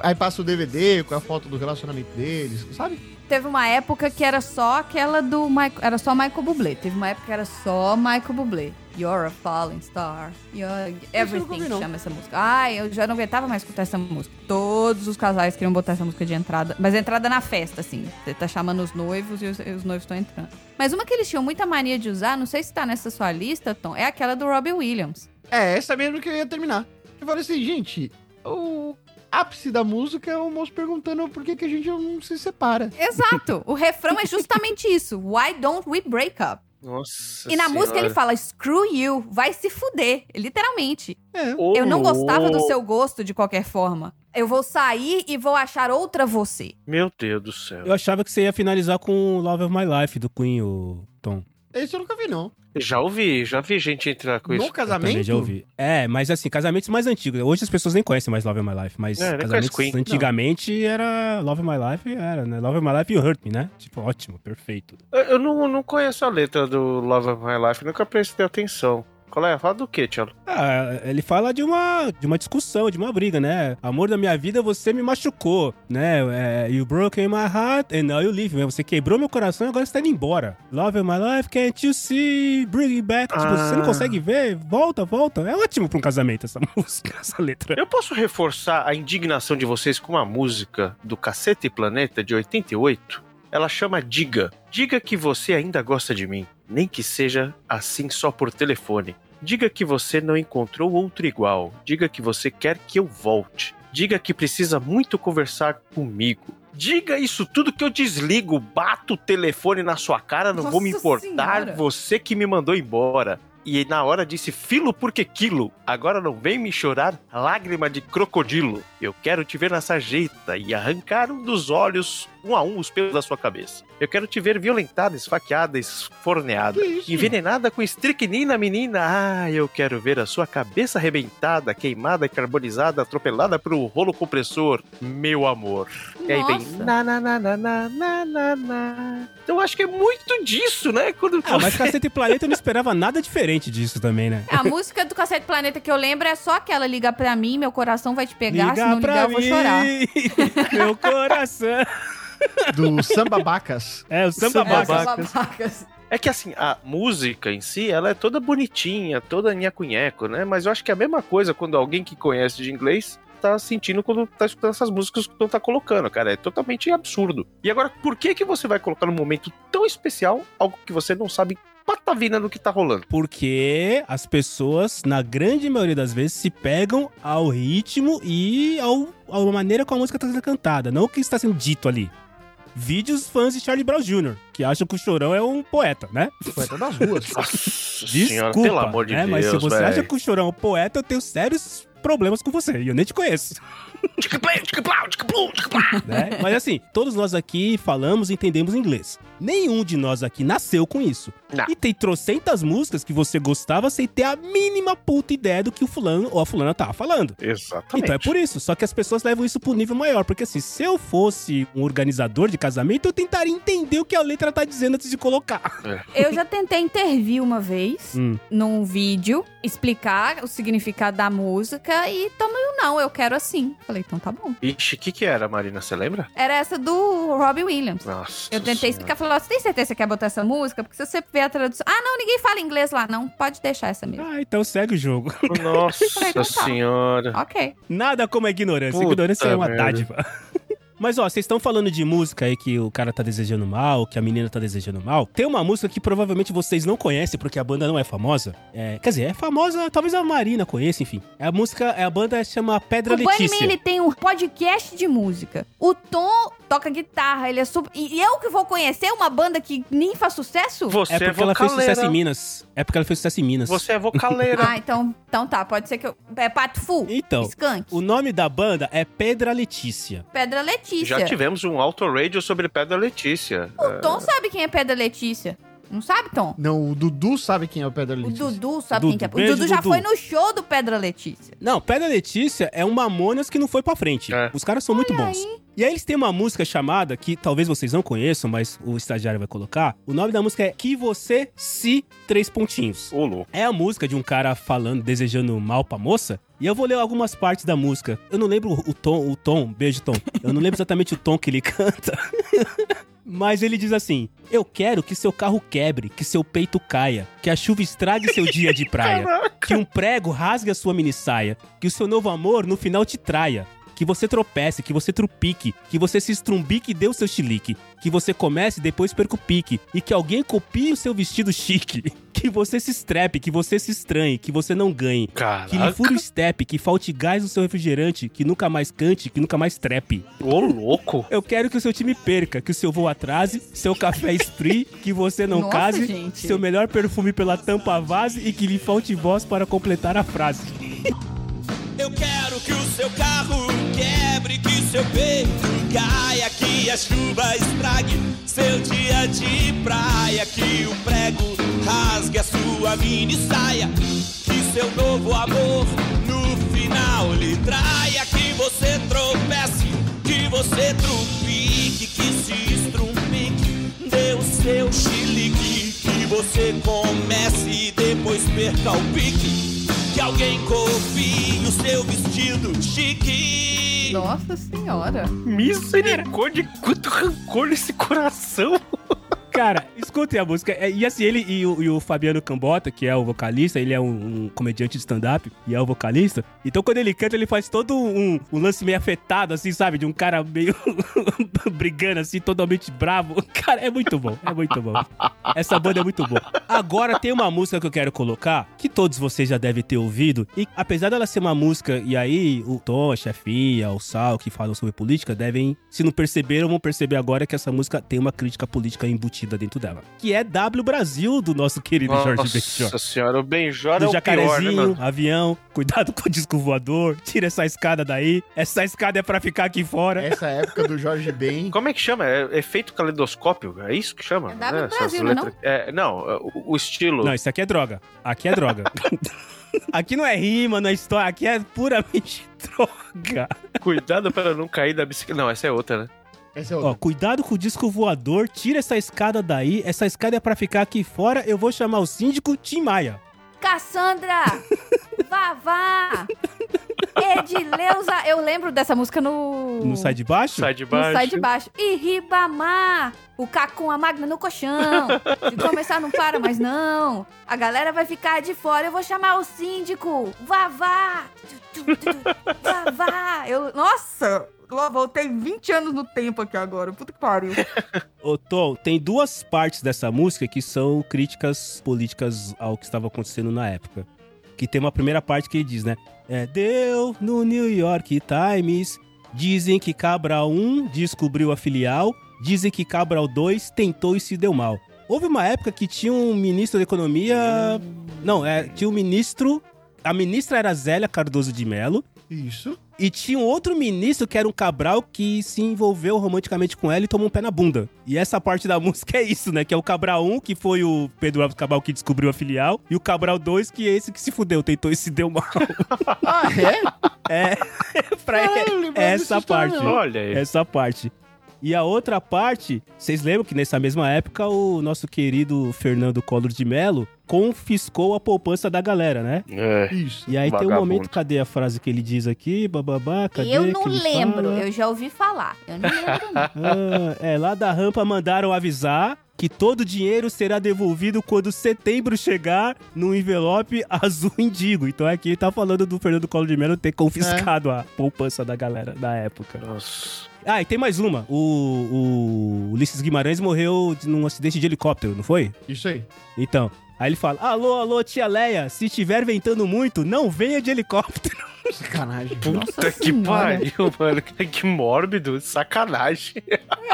Speaker 4: Aí passa o DVD com a foto do relacionamento deles, sabe?
Speaker 2: Teve uma época que era só aquela do Michael, era só Michael Bublé. Teve uma época que era só Michael Bublé. You're a falling star. You're everything
Speaker 4: ouvi, não.
Speaker 2: chama essa música. Ai, eu já não aguentava mais escutar essa música. Todos os casais queriam botar essa música de entrada, mas entrada na festa assim. Você tá chamando os noivos e os, e os noivos estão entrando. Mas uma que eles tinham muita mania de usar, não sei se tá nessa sua lista, Tom, é aquela do Robbie Williams.
Speaker 4: É essa mesmo que eu ia terminar. Eu falei assim, gente, o ápice da música é o moço perguntando por que, que a gente não se separa.
Speaker 2: Exato. o refrão é justamente isso. Why don't we break up?
Speaker 5: Nossa
Speaker 2: E na
Speaker 5: senhora.
Speaker 2: música ele fala screw you, vai se fuder, literalmente.
Speaker 5: Ô,
Speaker 2: Eu não gostava do
Speaker 5: louco.
Speaker 2: seu gosto de qualquer forma. Eu vou sair e vou achar outra você.
Speaker 5: Meu Deus do céu.
Speaker 1: Eu achava que você ia finalizar com Love of My Life, do Queen, o Tom.
Speaker 4: Esse eu nunca vi, não.
Speaker 5: Já ouvi, já vi gente entrar com
Speaker 4: no
Speaker 5: isso.
Speaker 1: Eu também
Speaker 4: casamento.
Speaker 1: já ouvi. É, mas assim, casamentos mais antigos. Hoje as pessoas nem conhecem mais Love of My Life, mas
Speaker 5: É, nem conhece
Speaker 1: casamentos
Speaker 5: Queen. Não.
Speaker 1: antigamente era Love of My Life, era, né? Love of My Life e Hurt Me, né? Tipo, ótimo, perfeito.
Speaker 5: Eu- Eu não, não conheço a letra do Love of My Life, nunca prestei atenção. Qual é? Fala do quê, Tchelo?
Speaker 1: Ah, ele fala de uma, de uma discussão, de uma briga, né? Amor da minha vida, você me machucou, né? É, you broke my heart and now you leave me. Você quebrou meu coração e agora você tá indo embora. Love of my life, can't you see? Bring it back. Tipo,
Speaker 5: Ah.
Speaker 1: você não consegue ver? Volta, volta. É ótimo pra um casamento essa música, essa letra.
Speaker 5: Eu posso reforçar a indignação de vocês com uma música do Cacete e Planeta de 88? Ela chama Diga. Diga que você ainda gosta de mim, nem que seja assim só por telefone. Diga que você não encontrou outro igual. Diga que você quer que eu volte. Diga que precisa muito conversar comigo. Diga isso tudo que eu desligo, bato o telefone na sua cara, não vou me
Speaker 11: Nossa
Speaker 5: importar,
Speaker 11: Senhora.
Speaker 5: você que me mandou embora. E na hora disse, filo porque quilo, agora não vem me chorar, lágrima de crocodilo. Eu quero te ver na sarjeta e arrancar um dos olhos, um a um, os pelos da sua cabeça. Eu quero te ver violentada, esfaqueada, esforneada. Envenenada com estricnina, menina. Ah, eu quero ver a sua cabeça arrebentada, queimada, carbonizada, atropelada por um rolo compressor. Meu amor. E aí vem.
Speaker 11: Nossa.
Speaker 5: Na, na, na, na, na, na, na, na. Então acho que é muito disso, né? Quando
Speaker 1: Ah, mas
Speaker 5: você-
Speaker 1: Cacete e Planeta eu não esperava nada diferente disso também, né?
Speaker 2: A música do Cacete Planeta que eu lembro é só aquela Liga Pra Mim, Meu Coração Vai Te Pegar, se não ligar eu vou chorar.
Speaker 1: meu coração.
Speaker 4: Do Samba Bacas.
Speaker 1: É, o Samba
Speaker 11: É,
Speaker 1: Babaca.
Speaker 5: Babacas.
Speaker 11: babacas.
Speaker 5: É que assim, a música em si, ela é toda bonitinha, toda nhaco-nheco, né? Mas eu acho que é a mesma coisa quando alguém que conhece de inglês tá sentindo quando tá escutando essas músicas que tu tá colocando, cara. É totalmente absurdo. E agora, por que que você vai colocar num momento tão especial algo que você não sabe patavina do que tá rolando?
Speaker 1: Porque as pessoas, na grande maioria das vezes, se pegam ao ritmo e ao, à maneira como a música está sendo cantada, não o que está sendo dito ali. Vídeos fãs de Charlie Brown Jr., que acham que o Chorão é um poeta, né?
Speaker 4: Poeta das ruas.
Speaker 5: Nossa
Speaker 1: Desculpa,
Speaker 5: pelo amor de
Speaker 1: né?
Speaker 5: Deus,
Speaker 1: Mas se você
Speaker 5: véi.
Speaker 1: acha que o Chorão é um poeta, eu tenho sérios problemas com você, e eu nem te conheço. é tipo, né? Mas assim, todos nós aqui falamos e entendemos inglês. Nenhum de nós aqui nasceu com isso.
Speaker 5: Não.
Speaker 1: E tem trocentas músicas que você gostava sem ter a mínima puta ideia do que o fulano ou a fulana tava falando.
Speaker 5: Exatamente.
Speaker 1: Então é por isso, só que as pessoas levam isso pro nível maior, porque assim, se eu fosse um organizador de casamento, eu tentaria entender o que a letra tá dizendo antes de colocar.
Speaker 2: Eu já tentei intervir uma vez
Speaker 1: Hum.
Speaker 2: num vídeo, explicar o significado da música e toma eu não, eu quero assim. Falei, então tá bom.
Speaker 5: Ixi, o que que era, Marina? Você lembra?
Speaker 2: Era essa do Robbie Williams.
Speaker 5: Nossa
Speaker 2: Eu tentei
Speaker 5: Senhora.
Speaker 2: explicar, falei, ó, você tem certeza que você quer botar essa música? Porque se você ver a tradução. Ah, não, ninguém fala inglês lá, não. Pode deixar essa mesmo.
Speaker 1: Ah, então segue o jogo.
Speaker 2: Falei,
Speaker 5: Nossa
Speaker 2: então tá.
Speaker 5: senhora.
Speaker 2: Ok.
Speaker 1: Nada como a ignorância.
Speaker 5: Puta
Speaker 1: ignorância é uma
Speaker 5: merda.
Speaker 1: dádiva. Mas ó, vocês estão falando de música aí que o cara tá desejando mal, que a menina tá desejando mal. Tem uma música que provavelmente vocês não conhecem porque a banda não é famosa. É, quer dizer, é famosa, talvez a Marina conheça, enfim. É a música, é a banda chama Pedra
Speaker 2: O Bunnyman,
Speaker 1: Letícia.
Speaker 2: ele tem um podcast de música. O Tom toca guitarra, ele é super. E e eu que vou conhecer uma banda que nem faz sucesso?
Speaker 5: Você
Speaker 1: É
Speaker 5: é,
Speaker 1: porque ela fez
Speaker 5: vocaleira.
Speaker 1: sucesso em Minas. É porque ela fez sucesso em Minas.
Speaker 5: Você é vocaleira.
Speaker 2: Ah, então, então tá, pode ser que eu. É Pato Fu?
Speaker 1: Então,
Speaker 2: Skunk?
Speaker 1: o nome da banda é Pedra Letícia.
Speaker 2: Pedra Letícia.
Speaker 5: Já tivemos um auto radio sobre Pedra Letícia.
Speaker 2: O Tom sabe quem é Pedra Letícia. Não sabe, Tom?
Speaker 4: Não, o Dudu sabe quem é o Pedro
Speaker 2: O
Speaker 4: Letícia.
Speaker 2: Dudu sabe
Speaker 1: Dudu,
Speaker 2: quem que é. O
Speaker 1: beijo,
Speaker 2: Dudu já
Speaker 1: Dudu.
Speaker 2: foi no show do Pedra Letícia.
Speaker 1: Não, Pedra Letícia é um Mamonas que não foi pra frente.
Speaker 5: É.
Speaker 1: Os caras são muito bons. E aí eles têm uma música chamada, que talvez vocês não conheçam, mas o estagiário vai colocar. O nome da música é Que Você Se Três Pontinhos.
Speaker 5: Ô, louco.
Speaker 1: É a música de um cara falando, desejando mal pra moça. E eu vou ler algumas partes da música. Eu não lembro o tom, o tom, beijo tom. Eu não lembro exatamente o tom que ele canta. Mas ele diz assim: Eu quero que seu carro quebre, que seu peito caia, que a chuva estrague seu dia de praia, que um prego rasgue a sua minissaia, que o seu novo amor no final te traia, que você tropece, que você trupique, que você se estrumbique e dê o seu chilique, que você comece e depois perca o pique, e que alguém copie o seu vestido chique, que você se estrepe, que você se estranhe, que você não ganhe, que lhe
Speaker 5: Caraca.
Speaker 1: fure o step, que falte gás no seu refrigerante, que nunca mais cante, que nunca mais trepe.
Speaker 5: Ô, louco.
Speaker 1: Eu quero que o seu time perca, que o seu voo atrase, seu café esfrie, que você não
Speaker 2: Nossa,
Speaker 1: case,
Speaker 2: gente.
Speaker 1: seu melhor perfume pela tampa vaze e que lhe falte voz para completar a frase.
Speaker 12: Eu quero que o seu carro quebre, que seu peito caia, que a chuva estrague seu dia de praia, que o prego rasgue a sua mini saia, que seu novo amor no final lhe traia, que você tropece, que você trupique, que se estrumpique, dê o seu chilique, que você comece e depois depois perca o pique. Que alguém copie o seu vestido chique.
Speaker 2: Nossa senhora.
Speaker 5: Misericórdia, quanto rancor nesse coração.
Speaker 1: Cara, escutem a música. É, E assim, ele e o, e o Fabiano Cambota, que é o vocalista, ele é um, um comediante de stand-up e é o vocalista. Então quando ele canta, ele faz todo um, um lance meio afetado, assim, sabe? De um cara meio brigando, assim, totalmente bravo. Cara, é muito bom, é muito bom. Essa banda é muito boa. Agora tem uma música que eu quero colocar, que todos vocês já devem ter ouvido. E apesar dela ser uma música, e aí o Tom, a Chefia, o Sal, que falam sobre política, devem, se não perceberam, vão perceber agora que essa música tem uma crítica política embutida dentro dela. Que é W Brasil, do nosso querido Jorge Benjor.
Speaker 5: Nossa senhora, o Benjor é
Speaker 1: Do
Speaker 5: o pior, né,
Speaker 1: jacarezinho,
Speaker 5: mano?
Speaker 1: avião, cuidado com o disco voador, tira essa escada daí, essa escada é pra ficar aqui fora.
Speaker 4: Essa época do Jorge Ben.
Speaker 5: Como é que chama? É efeito caleidoscópio? É isso que chama?
Speaker 2: É W
Speaker 5: Essas
Speaker 2: Brasil, não?
Speaker 5: letras- É, não, é, o, o estilo.
Speaker 1: Não, isso aqui é droga. Aqui é droga. aqui não é rima, não é história, aqui é puramente droga.
Speaker 5: Cuidado para não cair da bicicleta. Não, essa é outra, né?
Speaker 4: Essa é
Speaker 1: Ó,
Speaker 4: outra.
Speaker 1: cuidado com o disco voador, tira essa escada daí, essa escada é pra ficar aqui fora, eu vou chamar o síndico Tim Maia.
Speaker 2: Cassandra! Vavá! Edileuza! Eu lembro dessa música no.
Speaker 1: Não Hum. sai de baixo?
Speaker 5: Sai de
Speaker 2: No
Speaker 5: baixo.
Speaker 2: sai de baixo. E Ribamar! O Cacum, a Magna no colchão. Se começar, não para mais não. A galera vai ficar de fora. Eu vou chamar o síndico. Vavá! Tu, tu, tu, tu. Vavá! Eu... Nossa! Lá Voltei 20 anos no tempo aqui agora. Puta que pariu.
Speaker 1: Ô, Tom, tem duas partes dessa música que são críticas políticas ao que estava acontecendo na época. Que tem uma primeira parte que ele diz, né? É, deu no New York Times, dizem que Cabral 1 descobriu a filial, dizem que Cabral 2 tentou e se deu mal. Houve uma época que tinha um ministro da economia... Não, é, tinha um ministro... A ministra era Zélia Cardoso de Mello,
Speaker 4: Isso.
Speaker 1: e tinha um outro ministro que era um Cabral que se envolveu romanticamente com ela e tomou um pé na bunda. E essa parte da música é isso, né? Que é o Cabral 1, que foi o Pedro Alves Cabral que descobriu a filial, e o Cabral 2, que é esse que se fudeu, tentou e se deu mal.
Speaker 4: Ah, é?
Speaker 1: É, pra
Speaker 4: Caralho, eu
Speaker 1: ele,
Speaker 4: lembrava
Speaker 1: é
Speaker 4: dessa
Speaker 2: tá
Speaker 1: essa
Speaker 4: história,
Speaker 1: parte.
Speaker 4: não.
Speaker 5: Olha aí.
Speaker 1: Essa parte. E a outra parte, vocês lembram que nessa mesma época o nosso querido Fernando Collor de Mello confiscou a poupança da galera, né?
Speaker 5: É.
Speaker 4: Isso.
Speaker 1: E aí tem um
Speaker 5: Vagabundo.
Speaker 1: momento, cadê a frase que ele diz aqui? Bababá, cadê
Speaker 2: eu
Speaker 1: que
Speaker 2: não
Speaker 1: ele
Speaker 2: lembro.
Speaker 1: fala?
Speaker 2: Eu já ouvi falar. Eu não lembro. não.
Speaker 1: Ah, é, lá da rampa mandaram avisar que todo o dinheiro será devolvido quando setembro chegar num envelope azul indigo. Então aqui ele tá falando do Fernando Collor de Mello ter confiscado a poupança da galera da época.
Speaker 5: Nossa.
Speaker 1: Ah, e tem mais uma. O, o Ulisses Guimarães morreu de- num acidente de helicóptero, não foi?
Speaker 4: Isso aí.
Speaker 1: Então, aí ele fala, alô, alô, tia Leia, se estiver ventando muito, não venha de helicóptero.
Speaker 4: Sacanagem.
Speaker 5: Puta que
Speaker 2: Senhora.
Speaker 5: pariu, mano. Que mórbido. Sacanagem.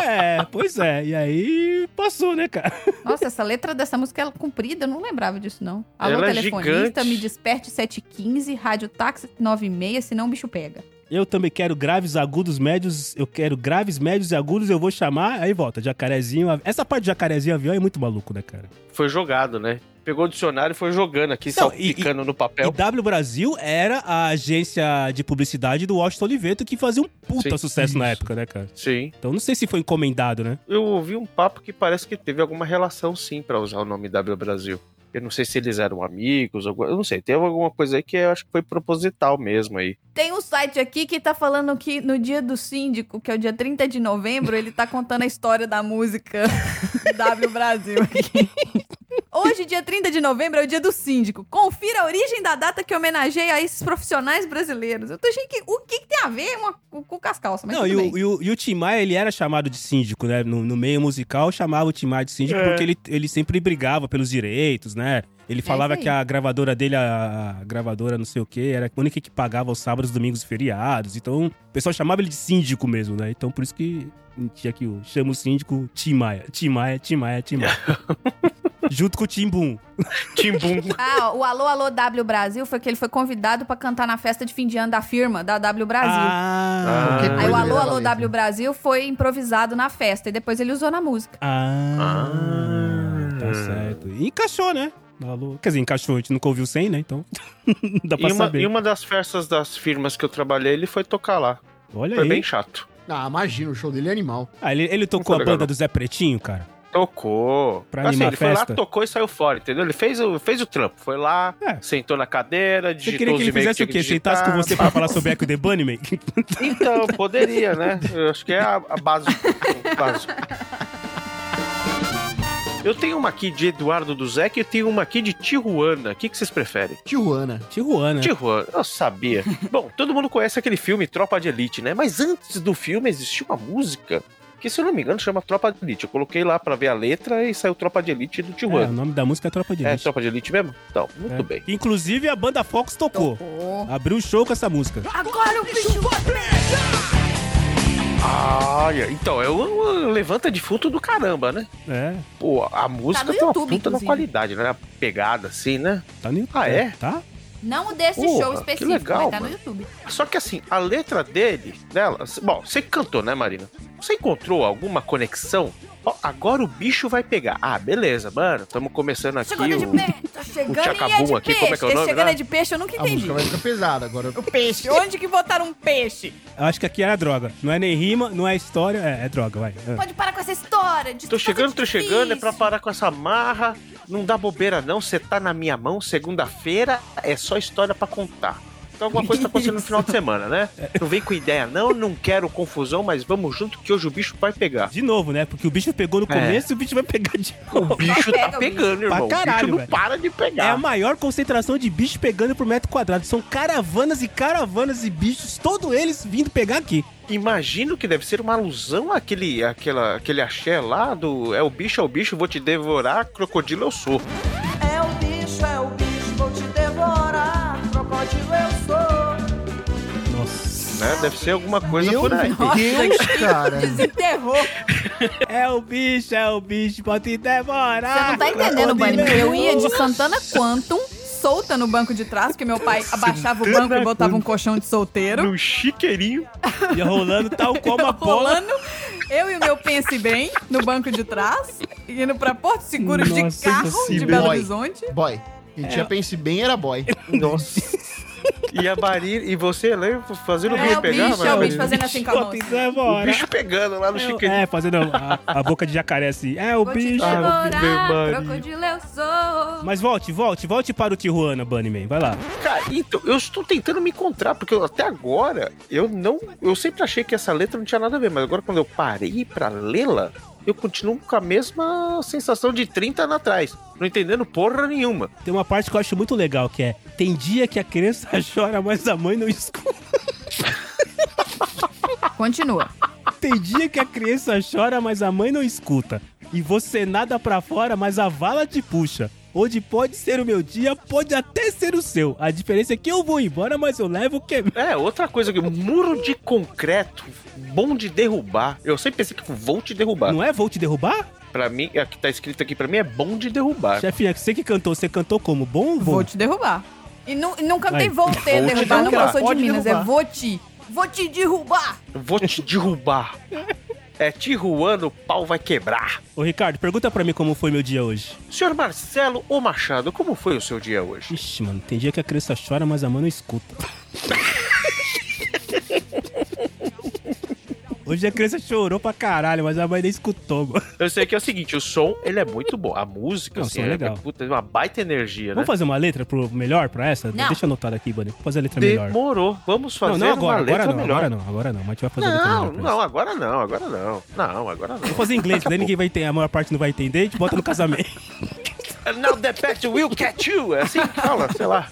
Speaker 1: é, pois é. E aí, passou, né, cara?
Speaker 2: Nossa, essa letra dessa música é comprida, eu não lembrava disso, não. Alô,
Speaker 5: Ela é
Speaker 2: telefonista,
Speaker 5: gigante.
Speaker 2: me desperte 715, rádio táxi 96, senão o bicho pega.
Speaker 1: Eu também quero graves, agudos, médios. Eu quero graves, médios e agudos. Eu vou chamar. Aí volta, jacarezinho. av- Essa parte de jacarezinho e avião é muito maluco, né, cara?
Speaker 5: Foi jogado, né? Pegou o dicionário e foi jogando aqui,
Speaker 1: Não, e-
Speaker 5: salpicando no
Speaker 1: E
Speaker 5: papel.
Speaker 1: W Brasil era a agência de publicidade do Washington Oliveto que fazia um puta
Speaker 5: Sim.
Speaker 1: sucesso na
Speaker 4: Isso.
Speaker 1: época, né, cara?
Speaker 5: Sim.
Speaker 1: Então não sei se foi encomendado, né?
Speaker 5: Eu ouvi um papo que parece que teve alguma relação, sim, pra usar o nome W Brasil. Eu não sei se eles eram amigos, alguma- eu não sei. Teve alguma coisa aí que eu acho que foi proposital mesmo aí.
Speaker 2: Tem um site aqui que tá falando que no dia do síndico, que é o dia 30 de novembro, ele tá contando a história da música W Brasil. Hoje, dia 30 de novembro, é o dia do síndico. Confira a origem da data que homenageia a esses profissionais brasileiros. Eu tô achando que o que, que tem a ver uma- com, com as calças, mas
Speaker 1: não,
Speaker 2: tudo
Speaker 1: e
Speaker 2: bem.
Speaker 1: o, e, o, e o Tim Maia, ele era chamado de síndico, né? No, no meio musical, chamava o Tim Maia de síndico porque ele, ele sempre brigava pelos direitos, né? Ele falava
Speaker 2: É isso aí.
Speaker 1: que a gravadora dele, a, a gravadora não sei o quê, era a única que pagava os sábados, domingos e feriados. Então, o pessoal chamava ele de síndico mesmo, né? Então, por isso que tinha que o- chama o síndico Tim Maia. Tim Maia, Tim Maia, Tim Maia. Junto com o Tim Boom.
Speaker 5: Timbum.
Speaker 2: Ah, ó, o Alô Alô W Brasil foi que ele foi convidado pra cantar na festa de fim de ano da firma, da W Brasil.
Speaker 1: Ah,
Speaker 5: Ah.
Speaker 2: Aí o
Speaker 4: coisa
Speaker 2: Alô
Speaker 4: legal,
Speaker 2: Alô
Speaker 4: legal.
Speaker 2: W Brasil foi improvisado na festa e depois ele usou na música.
Speaker 1: Ah, tá certo. E encaixou, né? Alô. Quer dizer, encaixou, a gente nunca ouviu sem, né? Então, não dá pra
Speaker 5: E uma,
Speaker 1: saber.
Speaker 5: e uma das festas das firmas que eu trabalhei, ele foi tocar lá.
Speaker 1: Olha
Speaker 5: Foi
Speaker 1: aí.
Speaker 5: bem chato.
Speaker 4: Ah, imagina, o show dele é animal.
Speaker 1: Ah, ele, ele tocou a
Speaker 5: Não foi legal,
Speaker 1: banda do Zé Pretinho, cara?
Speaker 5: Tocou. Assim,
Speaker 1: Pra animar
Speaker 5: ele
Speaker 1: a
Speaker 5: foi lá,
Speaker 1: festa?
Speaker 5: tocou e saiu fora, entendeu? Ele fez o, fez o trampo. Foi lá,
Speaker 1: É.
Speaker 5: sentou na cadeira,
Speaker 1: Você
Speaker 5: digitou
Speaker 1: queria que
Speaker 5: os
Speaker 1: ele
Speaker 5: e-mails
Speaker 1: fizesse o
Speaker 5: que tá- tinha
Speaker 1: quê?
Speaker 5: que
Speaker 1: Sentasse com
Speaker 5: digitar.
Speaker 1: você pra falar sobre Echo the Bunnyman?
Speaker 5: Então, poderia, né? Eu acho que é a, a base. o básico. Eu tenho uma aqui de Eduardo do Zé e eu tenho uma aqui de Tijuana. O que, que vocês preferem?
Speaker 4: Tijuana.
Speaker 1: Tijuana.
Speaker 5: Tijuana, eu sabia. Bom, todo mundo conhece aquele filme Tropa de Elite, né? Mas antes do filme existia uma música que, se eu não me engano, chama Tropa de Elite. Eu coloquei lá pra ver a letra e saiu Tropa de Elite do
Speaker 1: É, o
Speaker 5: Tijuana.
Speaker 1: nome da música é Tropa de
Speaker 5: É,
Speaker 1: Elite.
Speaker 5: Tropa de Elite mesmo? Então, muito
Speaker 1: É.
Speaker 5: bem.
Speaker 1: Inclusive a banda Fox tocou. Abriu o show com essa música.
Speaker 11: Agora o bicho vai
Speaker 5: Ah, então, é um um levanta defunto do caramba, né?
Speaker 1: É,
Speaker 5: Pô, a música
Speaker 11: Tá no
Speaker 5: tem uma
Speaker 11: YouTube,
Speaker 5: puta na
Speaker 11: inclusive.
Speaker 5: qualidade, né? A pegada, assim, né?
Speaker 1: tá no YouTube.
Speaker 5: Ah, é?
Speaker 1: Tá?
Speaker 11: Não o desse
Speaker 5: Porra,
Speaker 11: show
Speaker 5: que
Speaker 11: específico,
Speaker 5: legal,
Speaker 11: vai tá
Speaker 5: mano.
Speaker 11: no YouTube.
Speaker 5: Só que assim, a letra dele, dela. Bom, você que cantou, né, Marina? Você encontrou alguma conexão? Ó, agora o bicho vai pegar. Ah, beleza, mano. Estamos começando aqui.
Speaker 11: Chegando de
Speaker 5: o-
Speaker 11: peixe. Tô chegando e é
Speaker 5: Tchacabum
Speaker 11: de
Speaker 5: aqui,
Speaker 11: peixe.
Speaker 5: como é que é o
Speaker 11: Esse
Speaker 5: nome,
Speaker 11: chegando
Speaker 5: né?
Speaker 11: é de peixe, eu nunca
Speaker 4: A
Speaker 11: entendi.
Speaker 4: música vai ficar pesada agora.
Speaker 2: O peixe. Onde que botaram um peixe?
Speaker 1: Eu acho que aqui era droga. Não é nem rima, não é história. É, é droga, vai. É.
Speaker 11: Pode parar com essa história. De
Speaker 5: Tô chegando, tô
Speaker 11: difícil.
Speaker 5: chegando, é pra parar com essa marra. Não dá bobeira, não. Você tá na minha mão, segunda-feira é só história pra contar. Então alguma coisa tá acontecendo no final de semana, né? Não vem com ideia, não. Não quero confusão, mas vamos junto que hoje o bicho vai pegar.
Speaker 1: De novo, né? Porque o bicho pegou no
Speaker 5: É.
Speaker 1: começo e o bicho vai pegar de novo.
Speaker 5: O bicho
Speaker 11: pega
Speaker 5: tá
Speaker 11: o bicho.
Speaker 5: pegando,
Speaker 1: Pra
Speaker 5: irmão. o
Speaker 1: caralho,
Speaker 5: bicho não
Speaker 1: velho.
Speaker 5: para de
Speaker 1: É
Speaker 5: pegar.
Speaker 1: a maior concentração de bicho pegando por metro quadrado. São caravanas e caravanas e bichos, todos eles vindo pegar aqui.
Speaker 5: Imagino que deve ser uma alusão àquele, àquela, àquele axé lá do é o bicho, é o bicho, vou te devorar, crocodilo eu sou.
Speaker 12: É o bicho, é o bicho, vou te devorar. Crocodilo eu sou.
Speaker 1: Nossa.
Speaker 5: Né? Deve ser alguma coisa
Speaker 4: Meu
Speaker 5: por aí.
Speaker 4: Deus, cara.
Speaker 2: Desenterrou.
Speaker 1: É o bicho, é o bicho, pode te
Speaker 11: Você
Speaker 1: demorar.
Speaker 11: não tá entendendo, Bunny, porque eu ia de
Speaker 1: Nossa.
Speaker 11: Santana Quantum, solta no banco de trás, porque meu pai abaixava o banco e botava um colchão de solteiro.
Speaker 5: No chiqueirinho.
Speaker 1: Ia rolando tal qual uma bola.
Speaker 11: Rolando, eu e o meu Pense Bem no banco de trás, indo pra Porto Seguro de
Speaker 1: Nossa,
Speaker 11: carro
Speaker 1: Pense
Speaker 11: de
Speaker 4: Bem.
Speaker 11: Belo
Speaker 4: Boy.
Speaker 11: Horizonte.
Speaker 4: Boy.
Speaker 1: É.
Speaker 4: Quem tinha pense bem era boy. Nossa.
Speaker 5: E a Marina, e você lembra fazendo o
Speaker 11: É
Speaker 5: bicho
Speaker 11: o
Speaker 5: pegar,
Speaker 11: bicho, é o
Speaker 5: Marina?
Speaker 11: bicho fazendo assim com a mão.
Speaker 1: Pode te
Speaker 5: O
Speaker 1: demorar.
Speaker 5: bicho pegando lá no
Speaker 1: É o-
Speaker 5: chiqueirinho.
Speaker 1: É, fazendo a, a boca de jacaré assim. É o
Speaker 11: Vou te um
Speaker 1: bicho.
Speaker 11: devorar,
Speaker 5: Maria.
Speaker 11: crocodilo eu sou.
Speaker 1: Mas volte, volte, volte para o Tijuana, Bunnyman. Vai lá.
Speaker 5: Cara, então, eu estou tentando me encontrar, porque eu- até agora eu não. Eu sempre achei que essa letra não tinha nada a ver, mas agora quando eu parei pra lê-la, eu continuo com a mesma sensação de 30 anos atrás. Não entendendo porra nenhuma.
Speaker 1: Tem uma parte que eu acho muito legal, que é... Tem dia que a criança chora, mas a mãe não escuta.
Speaker 11: Continua.
Speaker 1: Tem dia que a criança chora, mas a mãe não escuta. E você nada pra fora, mas a vala te puxa. Onde pode ser o meu dia, pode até ser o seu. A diferença é que eu vou embora, mas eu levo o que...
Speaker 5: É, outra coisa que muro de concreto, bom de derrubar. Eu sempre pensei que vou te derrubar.
Speaker 1: Não é? Vou te derrubar?
Speaker 5: Pra mim, a que tá escrito aqui pra mim é bom de derrubar.
Speaker 1: Chefinha, você que cantou, você cantou como? Bom ou
Speaker 11: Vou
Speaker 1: bom?
Speaker 11: te derrubar. E não, e não cantei
Speaker 1: Vai.
Speaker 11: vou te derrubar, não, porque eu sou de
Speaker 4: Pode
Speaker 11: Minas,
Speaker 4: derrubar.
Speaker 11: é vou te. Vou te derrubar.
Speaker 5: Vou te derrubar. É Tijuana, o pau vai quebrar.
Speaker 1: Ô, Ricardo, pergunta pra mim como foi meu dia hoje.
Speaker 5: Senhor Marcelo ou Machado, como foi o seu dia hoje?
Speaker 1: Ixi, mano, tem dia que a criança chora, mas a mãe não escuta. Hoje a criança chorou pra caralho, mas a mãe nem escutou, mano.
Speaker 5: Eu sei que é o seguinte, o som, ele é muito bom. A música,
Speaker 1: Não,
Speaker 5: assim,
Speaker 1: som
Speaker 5: é,
Speaker 1: legal.
Speaker 5: é puta, uma baita energia, né?
Speaker 1: Vamos fazer uma letra pro melhor pra essa?
Speaker 11: Não.
Speaker 1: Deixa eu anotar aqui, Bunny. Vamos fazer a letra melhor.
Speaker 5: Demorou. Vamos fazer
Speaker 1: não, não agora,
Speaker 5: uma letra
Speaker 1: agora não,
Speaker 5: melhor.
Speaker 1: agora não, agora não. Mas a gente vai fazer a letra
Speaker 5: Não,
Speaker 1: melhor pra
Speaker 5: não, agora não, agora não. Não, agora não.
Speaker 1: Vou fazer em inglês, que daí ninguém vai entender, a maior parte não vai entender, a gente bota no casamento.
Speaker 5: And Now the pet will catch you. É assim que fala, sei lá.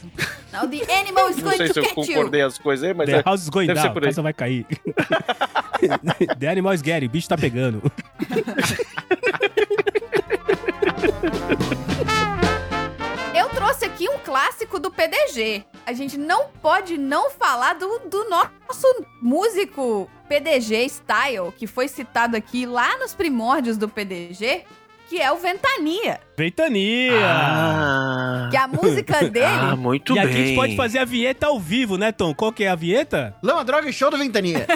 Speaker 11: Now the animal is
Speaker 5: Não
Speaker 11: going
Speaker 5: sei
Speaker 11: to
Speaker 5: se eu
Speaker 11: catch you.
Speaker 5: concordei as coisas aí, mas
Speaker 1: The
Speaker 5: é,
Speaker 1: house is going
Speaker 5: deve ser
Speaker 1: down, um- a
Speaker 5: por aí.
Speaker 1: casa vai cair. The animal is getting, o bicho tá pegando.
Speaker 11: Eu trouxe aqui um clássico do PDG. A gente não pode não falar do, do nosso músico PDG Style, que foi citado aqui lá nos primórdios do PDG, que é o Ventania.
Speaker 1: Ventania!
Speaker 11: Que a música dele.
Speaker 5: Ah, muito
Speaker 1: e
Speaker 5: Ah, bem.
Speaker 1: aqui a gente pode fazer a vinheta ao vivo, né, Tom? Qual que é a vinheta?
Speaker 4: Lama, droga e show do Ventania.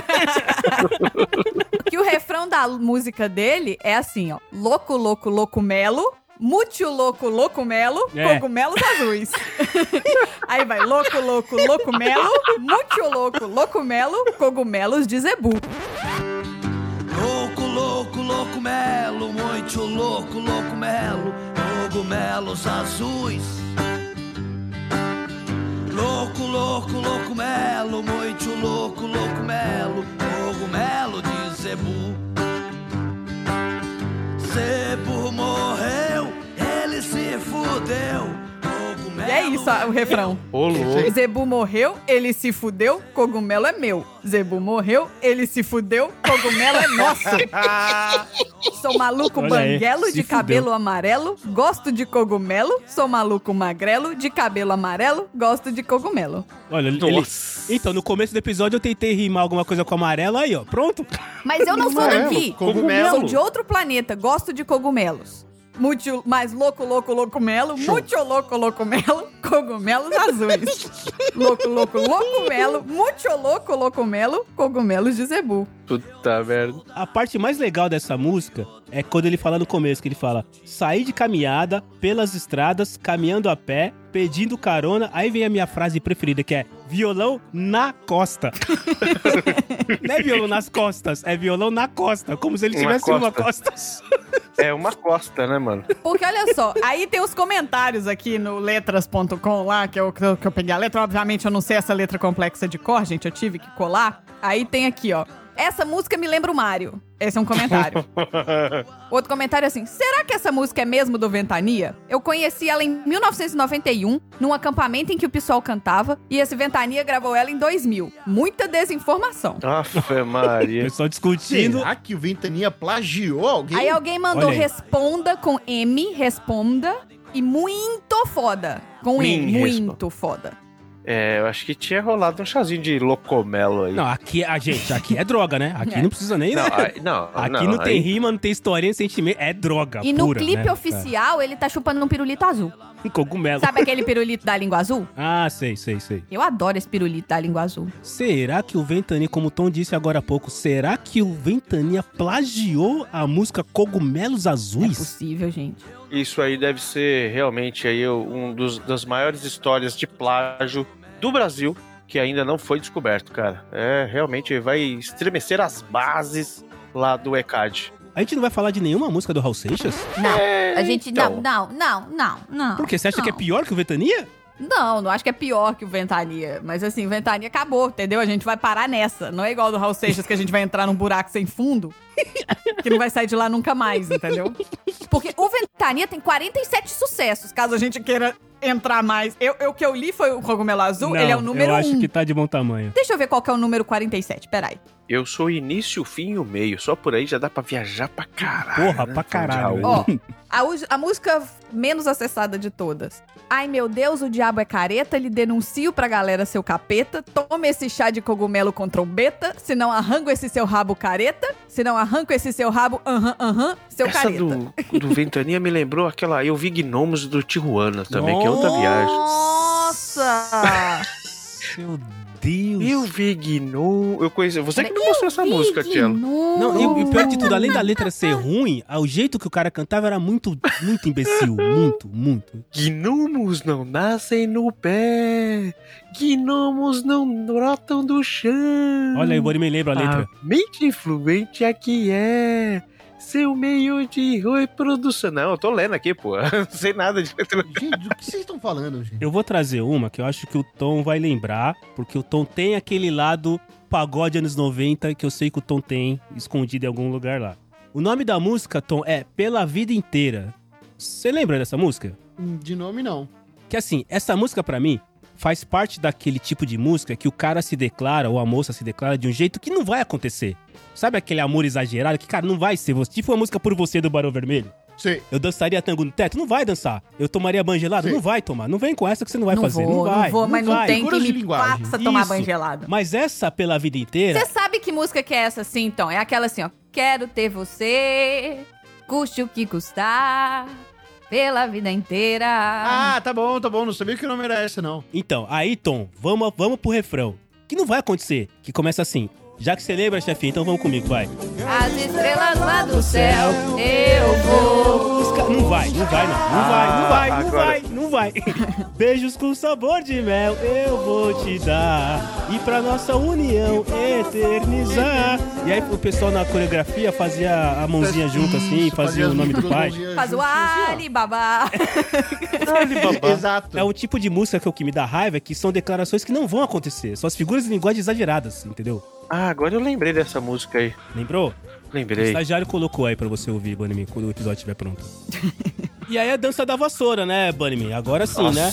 Speaker 11: que o refrão da música dele é assim, ó. Louco, louco, loucomelo. Mútil, louco, loucomelo.
Speaker 1: É.
Speaker 11: Cogumelos azuis. Aí vai, louco, louco, loucomelo. Mútil, louco, loucomelo. Cogumelos de zebu.
Speaker 12: Louco, louco, louco cogumelo, muito louco, loucumelo, cogumelos azuis. Louco, louco, loucumelo, muito louco, loucumelo, cogumelo de zebu. Zebu morreu, ele se fudeu.
Speaker 2: E é isso ó, o refrão.
Speaker 5: Ô, louco.
Speaker 2: Zebu morreu, ele se fudeu, cogumelo é meu. Zebu morreu, ele se fudeu, cogumelo é nosso. Sou maluco
Speaker 1: Olha aí,
Speaker 2: banguelo
Speaker 1: se
Speaker 2: de
Speaker 1: fudeu.
Speaker 2: cabelo amarelo, gosto de cogumelo. Sou maluco magrelo de cabelo amarelo, gosto de cogumelo.
Speaker 1: Olha, ele-
Speaker 5: Nossa.
Speaker 1: Então, no começo do episódio eu tentei rimar alguma coisa com amarelo, aí, ó. Pronto.
Speaker 2: Mas eu não sou
Speaker 4: Amarelo,
Speaker 2: daqui.
Speaker 4: cogumelo.
Speaker 2: Sou de outro planeta, gosto de cogumelos. Muito mais louco, louco, louco melo, muito louco, louco melo, cogumelos azuis. louco, louco, louco melo, muito louco, louco melo, cogumelos de zebu.
Speaker 5: Puta merda.
Speaker 1: A parte mais legal dessa música é quando ele fala no começo, que ele fala Saí de caminhada, pelas estradas, caminhando a pé, pedindo carona. Aí vem a minha frase preferida, que é violão na costa. Não é violão nas costas, é violão na costa. Como se ele
Speaker 5: Uma
Speaker 1: tivesse uma
Speaker 5: costa.
Speaker 1: costa.
Speaker 5: É uma costa, né, mano?
Speaker 2: Porque olha só, aí tem os comentários aqui no letras.com lá, que eu, que eu- que eu peguei a letra. Obviamente eu não sei essa letra complexa de cor, gente, eu tive que colar. Aí tem aqui, ó. Essa música me lembra o Mário. Esse é um comentário. Outro comentário é assim: será que essa música é mesmo do Ventania? Eu conheci ela em 1991, num acampamento em que o pessoal cantava, e esse Ventania gravou ela em 2000. Muita desinformação.
Speaker 5: Afe
Speaker 1: O
Speaker 5: Maria.
Speaker 1: pessoal discutindo.
Speaker 4: Será que o Ventania plagiou alguém?
Speaker 2: Aí alguém mandou
Speaker 1: Olha aí.
Speaker 2: responda com M, responda, e muito foda. Com M,
Speaker 5: Mim,
Speaker 2: muito foda.
Speaker 5: É, eu acho que tinha rolado um chazinho de locomelo aí.
Speaker 1: Não, aqui, a gente, aqui é droga, né? Aqui
Speaker 2: É.
Speaker 1: não precisa nem,
Speaker 5: não,
Speaker 1: né?
Speaker 5: aí- não,
Speaker 1: Aqui não, tem rima, não tem história, nem sentimento. É droga.
Speaker 11: E no
Speaker 1: pura,
Speaker 11: clipe
Speaker 1: né?
Speaker 11: oficial, ele tá chupando um pirulito azul.
Speaker 1: É. Cogumelo.
Speaker 11: Sabe aquele pirulito da língua azul?
Speaker 1: Ah, sei, sei, sei.
Speaker 11: Eu adoro esse pirulito da língua azul.
Speaker 1: Será que o Ventania, como o Tom disse agora há pouco, será que o Ventania plagiou a música Cogumelos
Speaker 11: É
Speaker 1: Azuis?
Speaker 11: possível, gente.
Speaker 5: Isso aí deve ser realmente aí um dos, das maiores histórias de plágio do Brasil que ainda não foi descoberto, cara. É, realmente vai estremecer as bases lá do ECAD.
Speaker 1: a gente não vai falar de nenhuma música do Raul Seixas?
Speaker 11: A gente.
Speaker 5: então.
Speaker 11: Não, não, não, não, não.
Speaker 1: É, Por quê? Você acha que é
Speaker 11: não.
Speaker 1: pior que o Ventania?
Speaker 2: Não, não acho que é pior que o Ventania. Mas assim, Ventania acabou, entendeu? A gente vai parar nessa. Não é igual do Raul Seixas que a gente vai entrar num buraco sem fundo. Que não vai sair de lá nunca mais, entendeu?
Speaker 11: Porque o Ventania tem 47 sucessos.
Speaker 2: Caso a gente queira entrar mais. Eu, eu- o que eu li foi o Cogumelo Azul,
Speaker 1: não,
Speaker 2: ele é o número
Speaker 1: eu acho
Speaker 2: 1. Um.
Speaker 1: que tá de bom tamanho.
Speaker 2: Deixa eu ver qual que é o número 47, peraí.
Speaker 5: Eu sou o início, o fim e o meio. Só por aí já dá pra viajar pra caralho.
Speaker 1: Porra,
Speaker 5: né?
Speaker 1: pra caralho.
Speaker 5: Falando de
Speaker 1: velho.
Speaker 5: Raul.
Speaker 2: Ó, a, us- a música menos acessada de todas. Ai meu Deus, o diabo é careta, lhe denuncio pra galera seu capeta. Tome esse chá de cogumelo com trombeta, se não arranco esse seu rabo careta, se não arranco esse seu rabo, aham, aham, seu
Speaker 5: Essa
Speaker 2: careta.
Speaker 5: do, do Ventania me lembrou aquela Eu Vi Gnomos do Tijuana também, que é outra viagem.
Speaker 2: Nossa!
Speaker 1: Meu Deus.
Speaker 5: Eu vi gnomos. Eu conheci. Você que me mostrou essa música, Tielo.
Speaker 1: Não, e o pior de tudo, além da letra ser ruim, ah, o jeito que o cara cantava era muito, muito imbecil. muito, muito.
Speaker 5: Gnomos não nascem no pé. Gnomos não brotam do chão.
Speaker 1: Olha aí, o Bori me
Speaker 2: Ah,
Speaker 1: lembra a letra.
Speaker 5: A mente influente aqui é. Seu meio de reprodução. Não, eu tô lendo aqui, pô. Não sei nada de letra.
Speaker 4: Gente, o que vocês estão falando, gente?
Speaker 1: Eu vou trazer uma que eu acho que o Tom vai lembrar, porque o Tom tem aquele lado pagode anos 90 que eu sei que o Tom tem escondido em algum lugar lá. O nome da música, Tom, é Pela Vida Inteira. Você lembra dessa música?
Speaker 4: Hum, De nome, não.
Speaker 1: Que assim, essa música pra mim faz parte daquele tipo de música que o cara se declara ou a moça se declara de um jeito que não vai acontecer. Sabe aquele amor exagerado que, cara, não vai ser você. Tipo a música por você do Barão Vermelho.
Speaker 4: Sei.
Speaker 1: Eu dançaria tango no teto? Não vai dançar. Eu tomaria banho gelado?
Speaker 4: Sim.
Speaker 1: Não vai tomar. Não vem com essa que você não vai
Speaker 2: não
Speaker 1: fazer.
Speaker 2: vou,
Speaker 1: não vai.
Speaker 2: vou, mas não
Speaker 1: vai.
Speaker 2: tem
Speaker 4: Figuras
Speaker 2: que
Speaker 4: de
Speaker 2: me
Speaker 4: linguagem.
Speaker 2: faça tomar
Speaker 1: Isso.
Speaker 2: banho gelado.
Speaker 1: Mas essa pela vida inteira.
Speaker 2: Você sabe que música que é essa, assim, então? É aquela assim, ó.
Speaker 11: Quero ter você, custe o que custar, pela vida inteira.
Speaker 4: Ah, tá bom, tá bom. Não sabia que o nome era essa, não.
Speaker 1: Então, aí, Tom, vamos, vamos pro refrão. Que não vai acontecer. Que começa assim. Já que você lembra, chefinho, então vamos comigo, vai.
Speaker 11: As estrelas lá do céu, eu vou.
Speaker 4: Ah,
Speaker 1: Os ca- Não vai, não vai, não. Não vai, não vai, não
Speaker 5: agora-
Speaker 1: vai, não vai. Beijos com sabor de mel eu vou te dar. E pra nossa união eternizar. E aí o pessoal na coreografia fazia a mãozinha junto assim,
Speaker 4: Isso,
Speaker 1: fazia o
Speaker 4: as
Speaker 1: nome do
Speaker 4: duas
Speaker 1: pai.
Speaker 4: mãozinhas
Speaker 2: Faz o
Speaker 4: juntas, assim, ó.
Speaker 2: Alibaba.
Speaker 4: Exato.
Speaker 1: É um tipo de música que, o que me dá raiva, é que são declarações que não vão acontecer. São as figuras de linguagem exageradas, entendeu?
Speaker 5: Ah, agora eu lembrei dessa música aí.
Speaker 1: Lembrou? O
Speaker 5: Lembrei.
Speaker 1: estagiário colocou aí pra você ouvir, Bunnyman, quando o episódio estiver pronto. e aí a dança da vassoura, né, Bunnyman? Agora sim, né?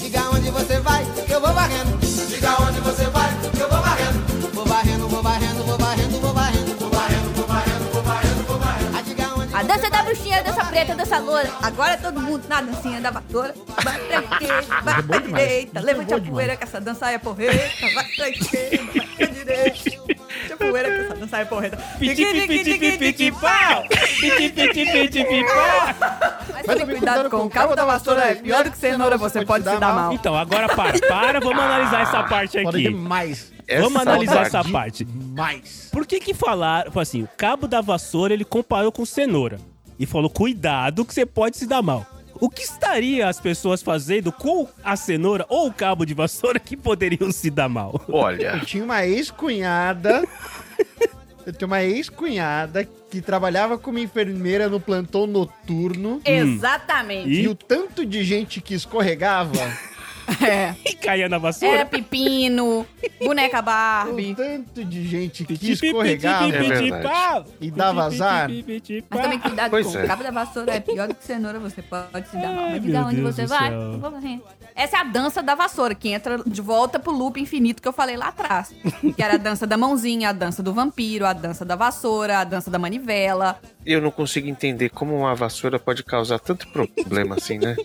Speaker 15: Diga onde você vai, que eu vou varrendo. Diga onde você vai, que eu vou varrendo. Vou varrendo, vou varrendo, vou varrendo, vou varrendo. Vou varrendo, vou varrendo, vou varrendo, vou varrendo. Ah, diga onde
Speaker 2: A dança da bruxinha, a dança preta, a dança loura. Agora todo mundo na dancinha da vassoura. Vai pra esquerda, vai pra direita. Levante a poeira que essa dança é porreta. Vai pra esquerda, vai pra direita. Levante a poeira que essa dança é porreta.
Speaker 1: Piti, piti, piti, piti, pau! Piti, piti, piti, piti, pau!
Speaker 2: Mas tenha cuidado com o cabo da vassoura. É pior do que cenoura, você pode se dar mal.
Speaker 1: Então, agora para, para, vamos analisar essa parte
Speaker 4: Pode ter
Speaker 1: aqui.
Speaker 4: mais.
Speaker 1: Vamos
Speaker 5: Essa
Speaker 1: analisar essa
Speaker 5: saudade.
Speaker 1: parte.
Speaker 4: Mais.
Speaker 1: Por que que falar, assim, o cabo da vassoura ele comparou com cenoura e falou cuidado que você pode se dar mal. O que estaria as pessoas fazendo com a cenoura ou o cabo de vassoura que poderiam se dar mal?
Speaker 5: Olha,
Speaker 4: Eu tinha uma ex-cunhada. eu tinha uma ex-cunhada que trabalhava como enfermeira no plantão noturno.
Speaker 2: Exatamente.
Speaker 4: E
Speaker 1: E,
Speaker 4: o tanto de gente que escorregava,
Speaker 2: É.
Speaker 1: e caia na vassoura.
Speaker 2: Era pepino, boneca
Speaker 4: o
Speaker 2: Barbie.
Speaker 4: tanto de gente que
Speaker 1: Piti, piti,
Speaker 4: escorregava
Speaker 1: piti,
Speaker 5: É
Speaker 1: piti,
Speaker 5: verdade.
Speaker 1: pau.
Speaker 4: e dava
Speaker 1: Piti,
Speaker 4: azar.
Speaker 1: piti, piti,
Speaker 2: Mas
Speaker 1: pau.
Speaker 2: também cuidado
Speaker 5: Pois
Speaker 2: com
Speaker 5: é.
Speaker 2: o cabo da vassoura. É pior do que cenoura, você pode se dar mal.
Speaker 1: Ai,
Speaker 2: Mas
Speaker 1: meu
Speaker 2: diga onde
Speaker 1: Deus
Speaker 2: você
Speaker 1: do
Speaker 2: vai.
Speaker 1: céu.
Speaker 2: eu vou varrendo. Essa é a dança da vassoura, que entra de volta pro loop infinito que eu falei lá atrás. Que era a dança da mãozinha, a dança do vampiro, a dança da vassoura, a dança da manivela.
Speaker 5: eu não consigo entender como uma vassoura pode causar tanto problema assim, né?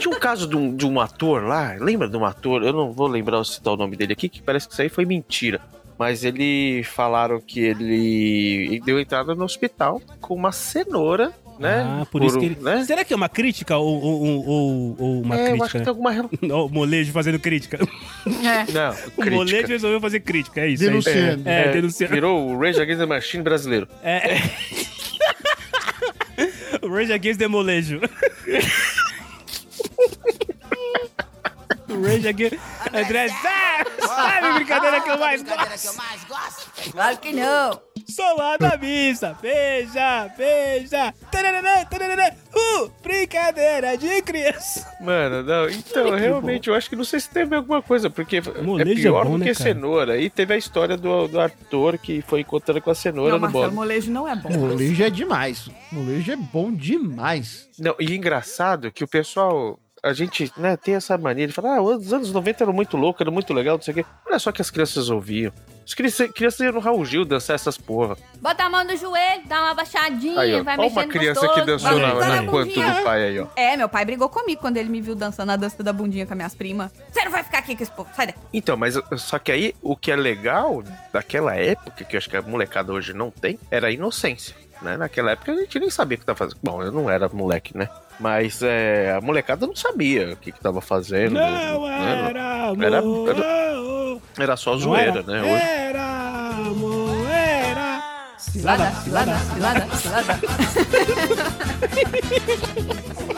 Speaker 5: Tinha um caso de um, de um ator lá, lembra de um ator? Eu não vou lembrar citar o nome dele aqui, que parece que isso aí foi mentira. Mas ele falaram que ele ele deu entrada no hospital com uma cenoura, né?
Speaker 1: Ah, por, isso
Speaker 5: um-
Speaker 1: que ele...
Speaker 5: né?
Speaker 1: Será que é uma crítica ou, ou- ou- ou uma
Speaker 5: é, eu acho
Speaker 1: crítica,
Speaker 5: que
Speaker 1: né?
Speaker 5: tem alguma. rel-
Speaker 1: Ó, O molejo fazendo crítica.
Speaker 5: Não,
Speaker 1: O molejo
Speaker 5: crítica.
Speaker 1: resolveu fazer crítica, é isso. é isso.
Speaker 4: Denunciando.
Speaker 1: É, denunciando.
Speaker 5: Virou o Rage Against the Machine brasileiro.
Speaker 1: É. Rage Against the Molejo. Rage Against... André, Zé! sabe a brincadeira que eu mais
Speaker 15: brincadeira que
Speaker 1: gosto?
Speaker 15: eu mais gosto.
Speaker 2: Claro que não.
Speaker 1: Sou lá da missa, beija, beija. Tarararã, tarararã. Uh, brincadeira de criança.
Speaker 5: Mano, não, então, realmente, eu acho que não sei se teve alguma coisa, porque
Speaker 1: Molejo
Speaker 5: é
Speaker 1: é
Speaker 5: pior
Speaker 1: bom,
Speaker 5: do
Speaker 1: né,
Speaker 5: que
Speaker 1: cara?
Speaker 5: cenoura. E teve a história do, do Arthur que foi encontrando com a cenoura
Speaker 2: Não,
Speaker 5: no
Speaker 2: Marcelo,
Speaker 5: bolo.
Speaker 2: molejo não é bom.
Speaker 4: Molejo é demais. Molejo é bom demais.
Speaker 5: Não, e engraçado que o pessoal. A gente né, tem essa mania de falar, ah, os anos 90 eram muito loucos, eram muito legal, não sei o quê. Olha só que as crianças ouviam. As crianças, crianças iam no Raul Gil dançar essas porra.
Speaker 2: Bota a mão no joelho, dá uma baixadinha,
Speaker 5: Aí, ó,
Speaker 2: vai
Speaker 5: olha
Speaker 2: mexendo
Speaker 5: uma criança
Speaker 2: gostoso,
Speaker 5: que dançou
Speaker 2: vai
Speaker 5: na,
Speaker 2: levantando
Speaker 5: na
Speaker 2: a
Speaker 5: quanto
Speaker 2: bundinha.
Speaker 5: do pai aí, ó.
Speaker 2: É, meu pai brigou comigo quando ele me viu dançando a dança da bundinha com as minhas primas. Você não vai ficar aqui com esse povo, sai daqui.
Speaker 5: Então, mas só que aí o que é legal daquela época, que eu acho que a molecada hoje não tem, era a inocência. Né? Naquela época a gente nem sabia o que tava fazendo. Bom, eu não era moleque, né? Mas é, a molecada não sabia o que, que tava fazendo.
Speaker 1: Não
Speaker 5: né?
Speaker 1: era amor.
Speaker 5: Era- Era só
Speaker 1: Não
Speaker 5: zoeira, né? Hoje-
Speaker 1: Era amor, era.
Speaker 2: Cilada, cilada, cilada, cilada.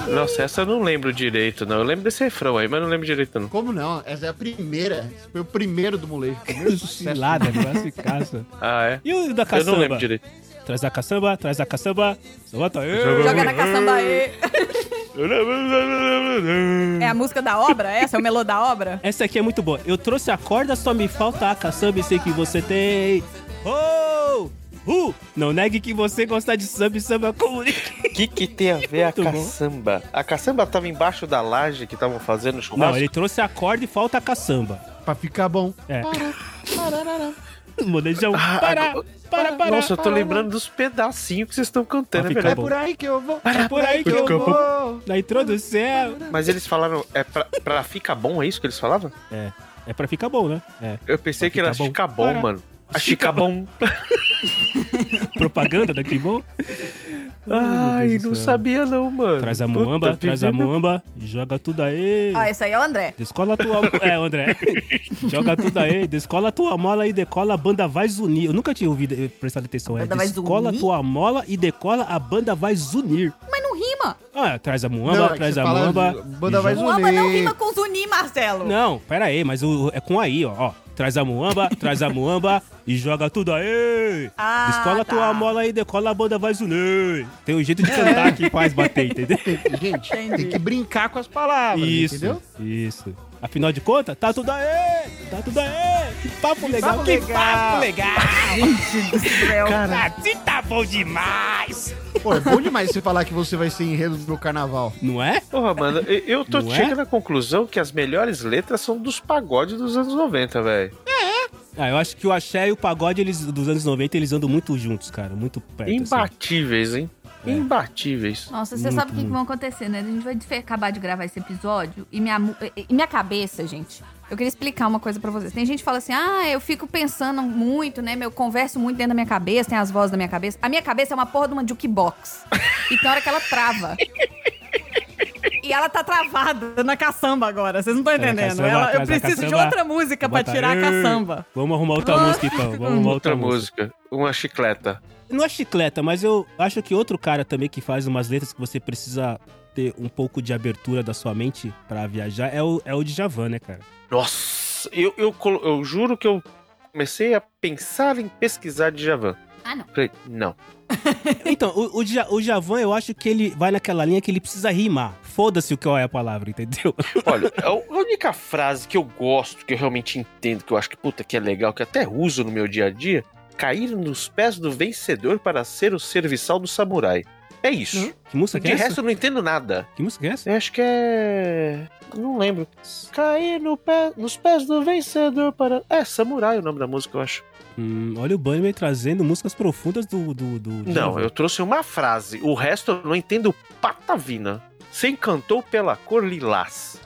Speaker 1: É.
Speaker 5: Nossa, essa eu não lembro direito, não. Eu lembro desse refrão aí, mas não lembro direito, não.
Speaker 4: Como não? Essa é a primeira. Esse foi o primeiro do molejo. Primeiro sucesso.
Speaker 1: Cilada, quase caça.
Speaker 5: Ah, é?
Speaker 1: E o da
Speaker 5: Eu
Speaker 1: caçamba?
Speaker 5: não lembro direito.
Speaker 1: Traz a caçamba, traz a caçamba. Solta aí.
Speaker 2: Joga na caçamba aí. É a música da obra? Essa é o melô da obra?
Speaker 1: Essa aqui é muito boa. Eu trouxe a corda, só me falta a caçamba e sei que você tem. Oh! Uh! Não negue que você gosta de samba e samba comunica.
Speaker 5: O É, que, que tem a ver a
Speaker 1: Muito bom.
Speaker 5: caçamba? A caçamba tava embaixo da laje que estavam fazendo churrasco?
Speaker 1: Não, ele trouxe a corda e falta a caçamba.
Speaker 4: Pra ficar bom.
Speaker 1: É. Molejão.
Speaker 5: Ah,
Speaker 1: é um Para,
Speaker 5: agora-
Speaker 1: para, para.
Speaker 5: Nossa, eu tô lembrando dos pedacinhos que vocês estão cantando,
Speaker 1: Ah,
Speaker 5: é
Speaker 1: fica
Speaker 5: verdade.
Speaker 4: É por aí que eu vou.
Speaker 1: É por aí que eu
Speaker 5: Campo.
Speaker 1: vou. Na introdução.
Speaker 5: Mas eles falaram, é pra, pra ficar bom, é isso que eles falavam?
Speaker 1: É. É pra ficar bom, né? É.
Speaker 5: Eu pensei
Speaker 1: Pra
Speaker 5: que era
Speaker 1: ficar bom.
Speaker 5: ficar bom,
Speaker 1: Para.
Speaker 5: mano. A Chicabom.
Speaker 1: Propaganda né? da Kimball.
Speaker 5: Ai,
Speaker 1: Deus do
Speaker 5: não
Speaker 1: céu.
Speaker 5: sabia não, mano.
Speaker 1: Traz a
Speaker 5: Puta,
Speaker 1: muamba, traz a
Speaker 5: vivendo-
Speaker 1: muamba. Joga tudo aí.
Speaker 2: Ó, esse aí é o André.
Speaker 1: Descola tua. É, André. Joga tudo aí. Descola tua mola e decola a banda vai zunir. Eu nunca tinha ouvido, eh, prestado atenção. É,
Speaker 2: Banda vai
Speaker 1: descola
Speaker 2: zunir?
Speaker 1: tua mola e decola a banda vai zunir.
Speaker 2: Mas não rima.
Speaker 1: Ah, traz a
Speaker 4: Não,
Speaker 1: muamba,
Speaker 4: é que
Speaker 1: traz
Speaker 4: você
Speaker 1: a
Speaker 4: fala
Speaker 1: muamba.
Speaker 4: Banda vai
Speaker 2: Muamba não
Speaker 4: zoneir.
Speaker 2: rima com Zuni, Marcelo.
Speaker 1: Não, pera aí, mas o, é com aí, ó. ó. Traz a muamba, traz a muamba e joga tudo aí.
Speaker 2: Ah,
Speaker 1: Descola
Speaker 2: tá.
Speaker 1: tua mola e decola a banda vai zunei. Tem um jeito de cantar que faz bater, entendeu?
Speaker 4: Gente, tem
Speaker 2: Entendi.
Speaker 4: que brincar com as palavras,
Speaker 1: Isso,
Speaker 4: entendeu?
Speaker 1: isso. Afinal de contas, tá tudo aí, tá tudo aí. Que papo legal,
Speaker 4: papo
Speaker 1: que
Speaker 4: legal.
Speaker 1: papo legal.
Speaker 4: Cara,
Speaker 1: Assim tá bom demais.
Speaker 4: pô, é bom demais você falar que você vai ser enredo pro carnaval.
Speaker 1: Não é?
Speaker 5: Porra, mano, eu- eu tô
Speaker 1: Não é?
Speaker 5: chegando à conclusão que as melhores letras são dos pagodes dos anos 90, velho.
Speaker 1: Ah, eu acho que o axé e o pagode eles, dos anos 90, eles andam muito juntos, cara. Muito perto, assim.
Speaker 5: Imbatíveis, hein?
Speaker 1: É.
Speaker 5: Imbatíveis.
Speaker 2: Nossa,
Speaker 1: Muito,
Speaker 2: você sabe o que, que
Speaker 1: muito.
Speaker 2: vai acontecer, né? A gente vai de- acabar de gravar esse episódio e minha, mu- e- e minha cabeça, gente. Eu queria explicar uma coisa pra vocês. Tem gente que fala assim: ah, eu fico pensando muito, né? Eu converso muito dentro da minha cabeça, tem as vozes da minha cabeça. A minha cabeça é uma porra de uma jukebox. E tem hora que ela trava. E ela tá travada na caçamba agora, vocês não estão
Speaker 1: na É, caçamba, atrás da caçamba.
Speaker 2: música
Speaker 1: Bota aí. Vamos arrumar outra
Speaker 2: Ah,
Speaker 1: música então. Vamos arrumar outra,
Speaker 5: Outra
Speaker 1: música.
Speaker 5: música, uma chicleta.
Speaker 1: Não é chicleta, mas eu acho que outro cara também que faz umas letras que você precisa ter um pouco de abertura da sua mente pra viajar é o, é o Djavan, né, cara?
Speaker 5: Nossa, eu, eu, colo- eu juro que eu comecei a pensar em pesquisar de Javan.
Speaker 2: Ah, não.
Speaker 5: Falei, não.
Speaker 1: Então, o, o, Dja- o Djavan, eu acho que ele vai naquela linha que ele precisa rimar. Foda-se o que é a palavra, entendeu?
Speaker 5: Olha, é a única frase que eu gosto, que eu realmente entendo, que eu acho que puta que é legal, que até uso no meu dia a dia, cair nos pés do vencedor para ser o serviçal do samurai. É isso.
Speaker 1: Que música que
Speaker 5: De
Speaker 1: é
Speaker 5: resto
Speaker 1: essa?
Speaker 5: eu não entendo nada.
Speaker 1: Que música é essa?
Speaker 5: Eu acho que é. Não lembro. Cair no pé, nos pés do vencedor para. É, Samurai o nome da música, eu acho.
Speaker 1: Hum, olha o Bunnyman trazendo músicas profundas do. do, do
Speaker 5: Não,
Speaker 1: Djavan.
Speaker 5: eu trouxe uma frase. O resto eu não entendo patavina. Você encantou pela cor lilás.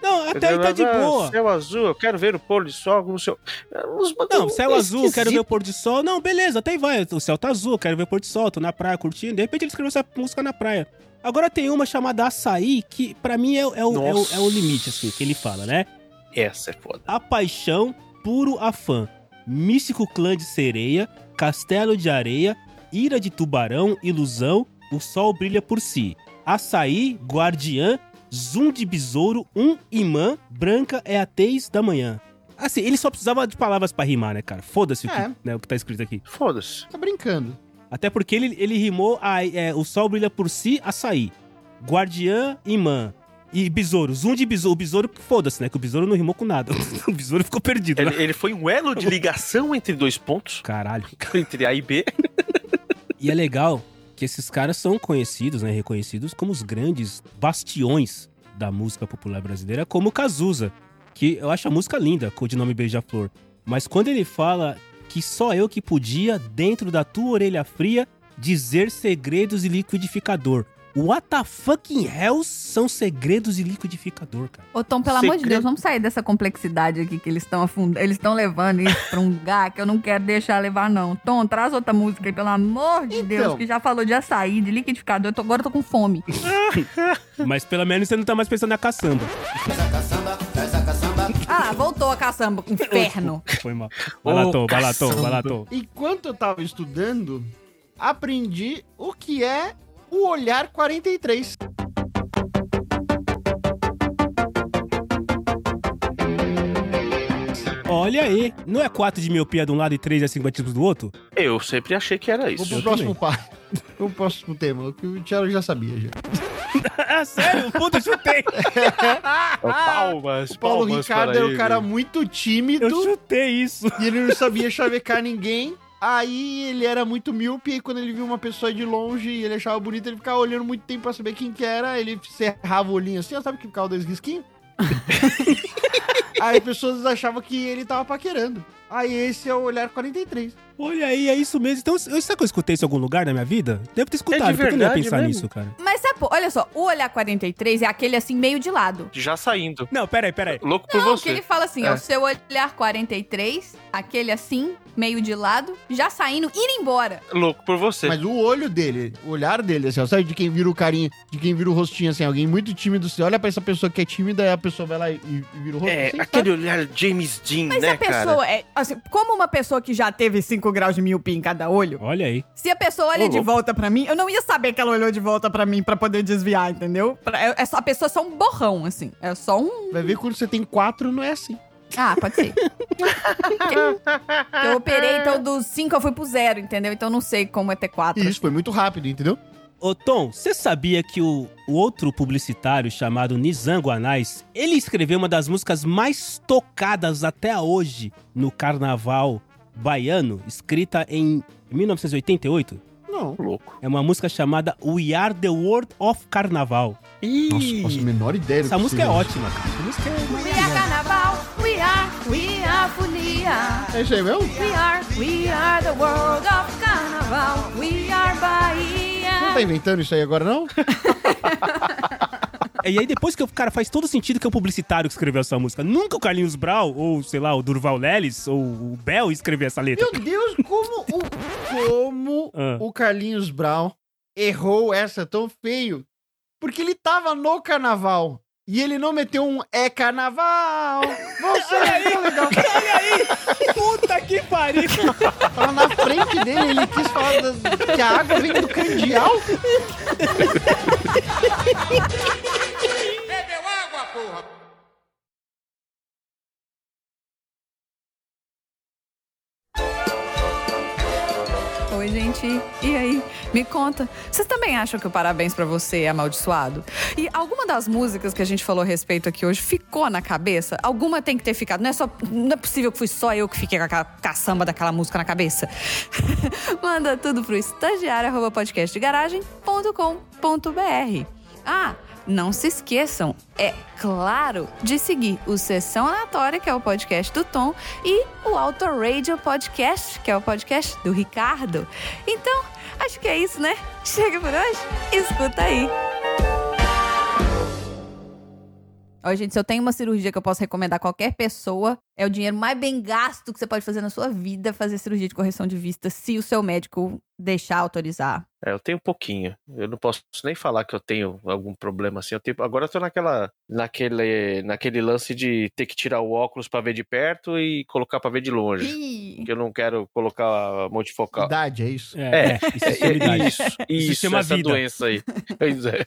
Speaker 1: Não, até aí tá de
Speaker 5: Ah,
Speaker 1: boa.
Speaker 5: Céu azul, eu quero ver o pôr do sol no seu. Nos mandou
Speaker 1: Não,
Speaker 5: um
Speaker 1: céu azul, quero ver o
Speaker 5: esquisito.
Speaker 1: pôr do sol. Não, beleza, até aí vai. O céu tá azul, quero ver o pôr do sol, tô na praia curtindo. De repente ele escreveu essa música na praia. Agora tem uma chamada Açaí, que pra mim é, é o, é, o,
Speaker 5: Nossa.
Speaker 1: é o limite, assim, que ele fala, né?
Speaker 5: Essa é foda.
Speaker 1: A paixão, puro afã. Místico clã de sereia, castelo de areia, ira de tubarão, ilusão, o sol brilha por si. Açaí, guardiã, zoom de besouro, um imã, branca é a tez da manhã. Assim, ele só precisava de palavras pra rimar, né, cara? Foda-se o, que-
Speaker 4: É.
Speaker 1: né, o que tá escrito aqui.
Speaker 5: Foda-se.
Speaker 4: Tá brincando.
Speaker 1: Até porque ele, ele rimou a- é, o sol brilha por si, açaí. Guardiã, imã. E besouro, zoom de besouro. O besouro, foda-se, né? Que o besouro não rimou com nada. O besouro ficou perdido. né?
Speaker 5: Ele, ele foi um elo de ligação entre dois pontos,
Speaker 1: Caralho.
Speaker 5: entre A e B.
Speaker 1: E é legal que esses caras são conhecidos, né, reconhecidos como os grandes bastiões da música popular brasileira, como o Cazuza, que eu acho a música linda, com o de nome Beija-Flor. Mas quando ele fala que só eu que podia, dentro da tua orelha fria, dizer segredos e liquidificador. What the fucking hell são segredos e liquidificador, cara?
Speaker 2: Ô, Tom, pelo amor de
Speaker 5: Secreto.
Speaker 2: Deus, vamos sair dessa complexidade aqui que eles estão afundando. Eles estão levando isso pra um lugar que eu não quero deixar levar, não. Tom, traz outra música aí, pelo amor de
Speaker 4: Então.
Speaker 2: Deus, que já falou de açaí, de liquidificador. Eu tô- agora eu tô com fome.
Speaker 1: Mas pelo menos você não tá mais pensando na caçamba.
Speaker 2: ah, voltou a caçamba, inferno.
Speaker 1: Foi mal. Balatou,
Speaker 5: Ô,
Speaker 1: balatou,
Speaker 5: caçamba.
Speaker 1: balatou.
Speaker 4: Enquanto eu tava estudando, aprendi o que é o olhar 43.
Speaker 1: Olha aí, não é 4 de miopia de um lado e 3 de astigmatismo do outro?
Speaker 5: Eu sempre achei que era isso.
Speaker 4: Vamos pro
Speaker 1: Eu
Speaker 4: próximo par. Vamos pro próximo tema, o que o Thiago já sabia já.
Speaker 1: Ah, sério? Puta, chutei.
Speaker 5: Palmas,
Speaker 4: O Paulo
Speaker 5: palmas
Speaker 4: Ricardo
Speaker 5: para
Speaker 4: era um
Speaker 5: ele.
Speaker 4: cara muito tímido
Speaker 1: Eu chutei isso.
Speaker 4: e ele não sabia chavecar ninguém. Aí ele era muito míope e quando ele viu uma pessoa de longe e ele achava bonita, ele ficava olhando muito tempo pra saber quem que era. Ele cerrava o olhinho assim, ó, sabe que ficava dois risquinhos? Aí as pessoas achavam que ele tava paquerando. Aí esse é o olhar 43.
Speaker 1: Olha aí, é isso mesmo. Então, eu- sabe que eu escutei isso em algum lugar na minha vida? Devo ter escutado,
Speaker 5: É de
Speaker 1: porque eu não ia
Speaker 5: verdade
Speaker 1: pensar
Speaker 5: mesmo?
Speaker 1: nisso, cara.
Speaker 2: Mas sabe, pô, olha só, o olhar 43 é aquele assim, meio de lado.
Speaker 5: Já saindo.
Speaker 1: Não, peraí, peraí.
Speaker 5: Louco por
Speaker 2: Não, que
Speaker 5: você.
Speaker 2: ele fala assim, é.
Speaker 5: É.
Speaker 2: o seu olhar 43, aquele assim, meio de lado, já saindo, indo embora.
Speaker 5: Louco por você.
Speaker 4: Mas o olho dele, o olhar dele, assim, ó, sabe de quem vira o carinha, de quem vira o rostinho, assim, alguém muito tímido, você olha pra essa pessoa que é tímida, aí a pessoa vai lá e, e vira o rosto.
Speaker 5: É,
Speaker 4: assim,
Speaker 1: tá-
Speaker 5: aquele olhar James Dean,
Speaker 2: Mas se
Speaker 5: né,
Speaker 2: a pessoa
Speaker 5: cara?
Speaker 2: é. Assim, como uma pessoa que já teve 5 graus de miopia em cada olho,
Speaker 1: Olha aí.
Speaker 2: se a pessoa olha
Speaker 5: Ô,
Speaker 2: de
Speaker 5: louco.
Speaker 2: volta pra mim, eu não ia saber que ela olhou de volta pra mim pra poder desviar, entendeu? Pra- É, é só, a pessoa é só um borrão, assim. É só um.
Speaker 4: Vai ver quando você tem quatro, não é assim.
Speaker 2: Ah, pode ser. eu operei, então dos 5 eu fui pro zero, entendeu? Então eu não sei como é ter 4.
Speaker 4: E isso foi muito rápido, entendeu?
Speaker 1: Ô Tom, você sabia que o, o outro publicitário chamado Nizam Guanais, ele escreveu uma das músicas mais tocadas até hoje no carnaval baiano, escrita em 1988?
Speaker 4: Não.
Speaker 5: Louco.
Speaker 1: É uma música chamada We Are the World of Carnaval.
Speaker 4: Nossa,
Speaker 5: Ih,
Speaker 4: faço a menor ideia. do
Speaker 1: Essa
Speaker 4: que
Speaker 1: música é
Speaker 4: seja.
Speaker 1: ótima, cara. Essa música é
Speaker 11: We are carnaval, we are, we are folia.
Speaker 4: É isso aí mesmo?
Speaker 11: We are, we are the world of carnaval, we are
Speaker 4: Não
Speaker 11: Bahia.
Speaker 4: tá inventando isso aí agora, não?
Speaker 1: E aí depois que o cara faz todo sentido que é o publicitário que escreveu essa música. Nunca o Carlinhos Brau, ou sei lá, o Durval Lelis, ou o Bel escreveu essa letra.
Speaker 4: Meu Deus, como o, como
Speaker 1: Ah.
Speaker 4: o Carlinhos Brown errou essa tão feio? Porque ele tava no carnaval. E ele não meteu um é carnaval. Você é tão legal.
Speaker 1: Puta que pariu!
Speaker 4: Tava na frente dele, ele quis falar da- que a água vem do candial.
Speaker 2: Oi, gente. E aí? Me conta. Vocês também acham que o Parabéns pra Você é amaldiçoado? E alguma das músicas que a gente falou a respeito aqui hoje ficou na cabeça? Alguma tem que ter ficado. Não é, só, não é possível que fui só eu que fiquei com aquela caçamba daquela música na cabeça. Manda tudo pro estagiário.podcastdegaragem.com.br. Ah, não se esqueçam, é claro, de seguir o Sessão Aleatória, que é o podcast do Tom, e o Auto Radio Podcast, que é o podcast do Ricardo. Então, acho que é isso, né? Chega por hoje, escuta aí. Ó, gente, se eu tenho uma cirurgia que eu posso recomendar a qualquer pessoa, é o dinheiro mais bem gasto que você pode fazer na sua vida, fazer cirurgia de correção de vista, se o seu médico deixar autorizar.
Speaker 5: É, eu tenho pouquinho. Eu não posso nem falar que eu tenho algum problema assim. Eu tenho... Agora eu tô naquela, naquele, naquele lance de ter que tirar o óculos pra ver de perto e colocar pra ver de longe.
Speaker 2: Ih,
Speaker 5: Porque eu não quero colocar multifocal.
Speaker 4: Idade, é isso?
Speaker 1: É, isso é
Speaker 5: É,
Speaker 1: solidariedade.
Speaker 5: isso, isso,
Speaker 1: chama
Speaker 5: essa
Speaker 1: vida.
Speaker 5: doença aí. Pois é.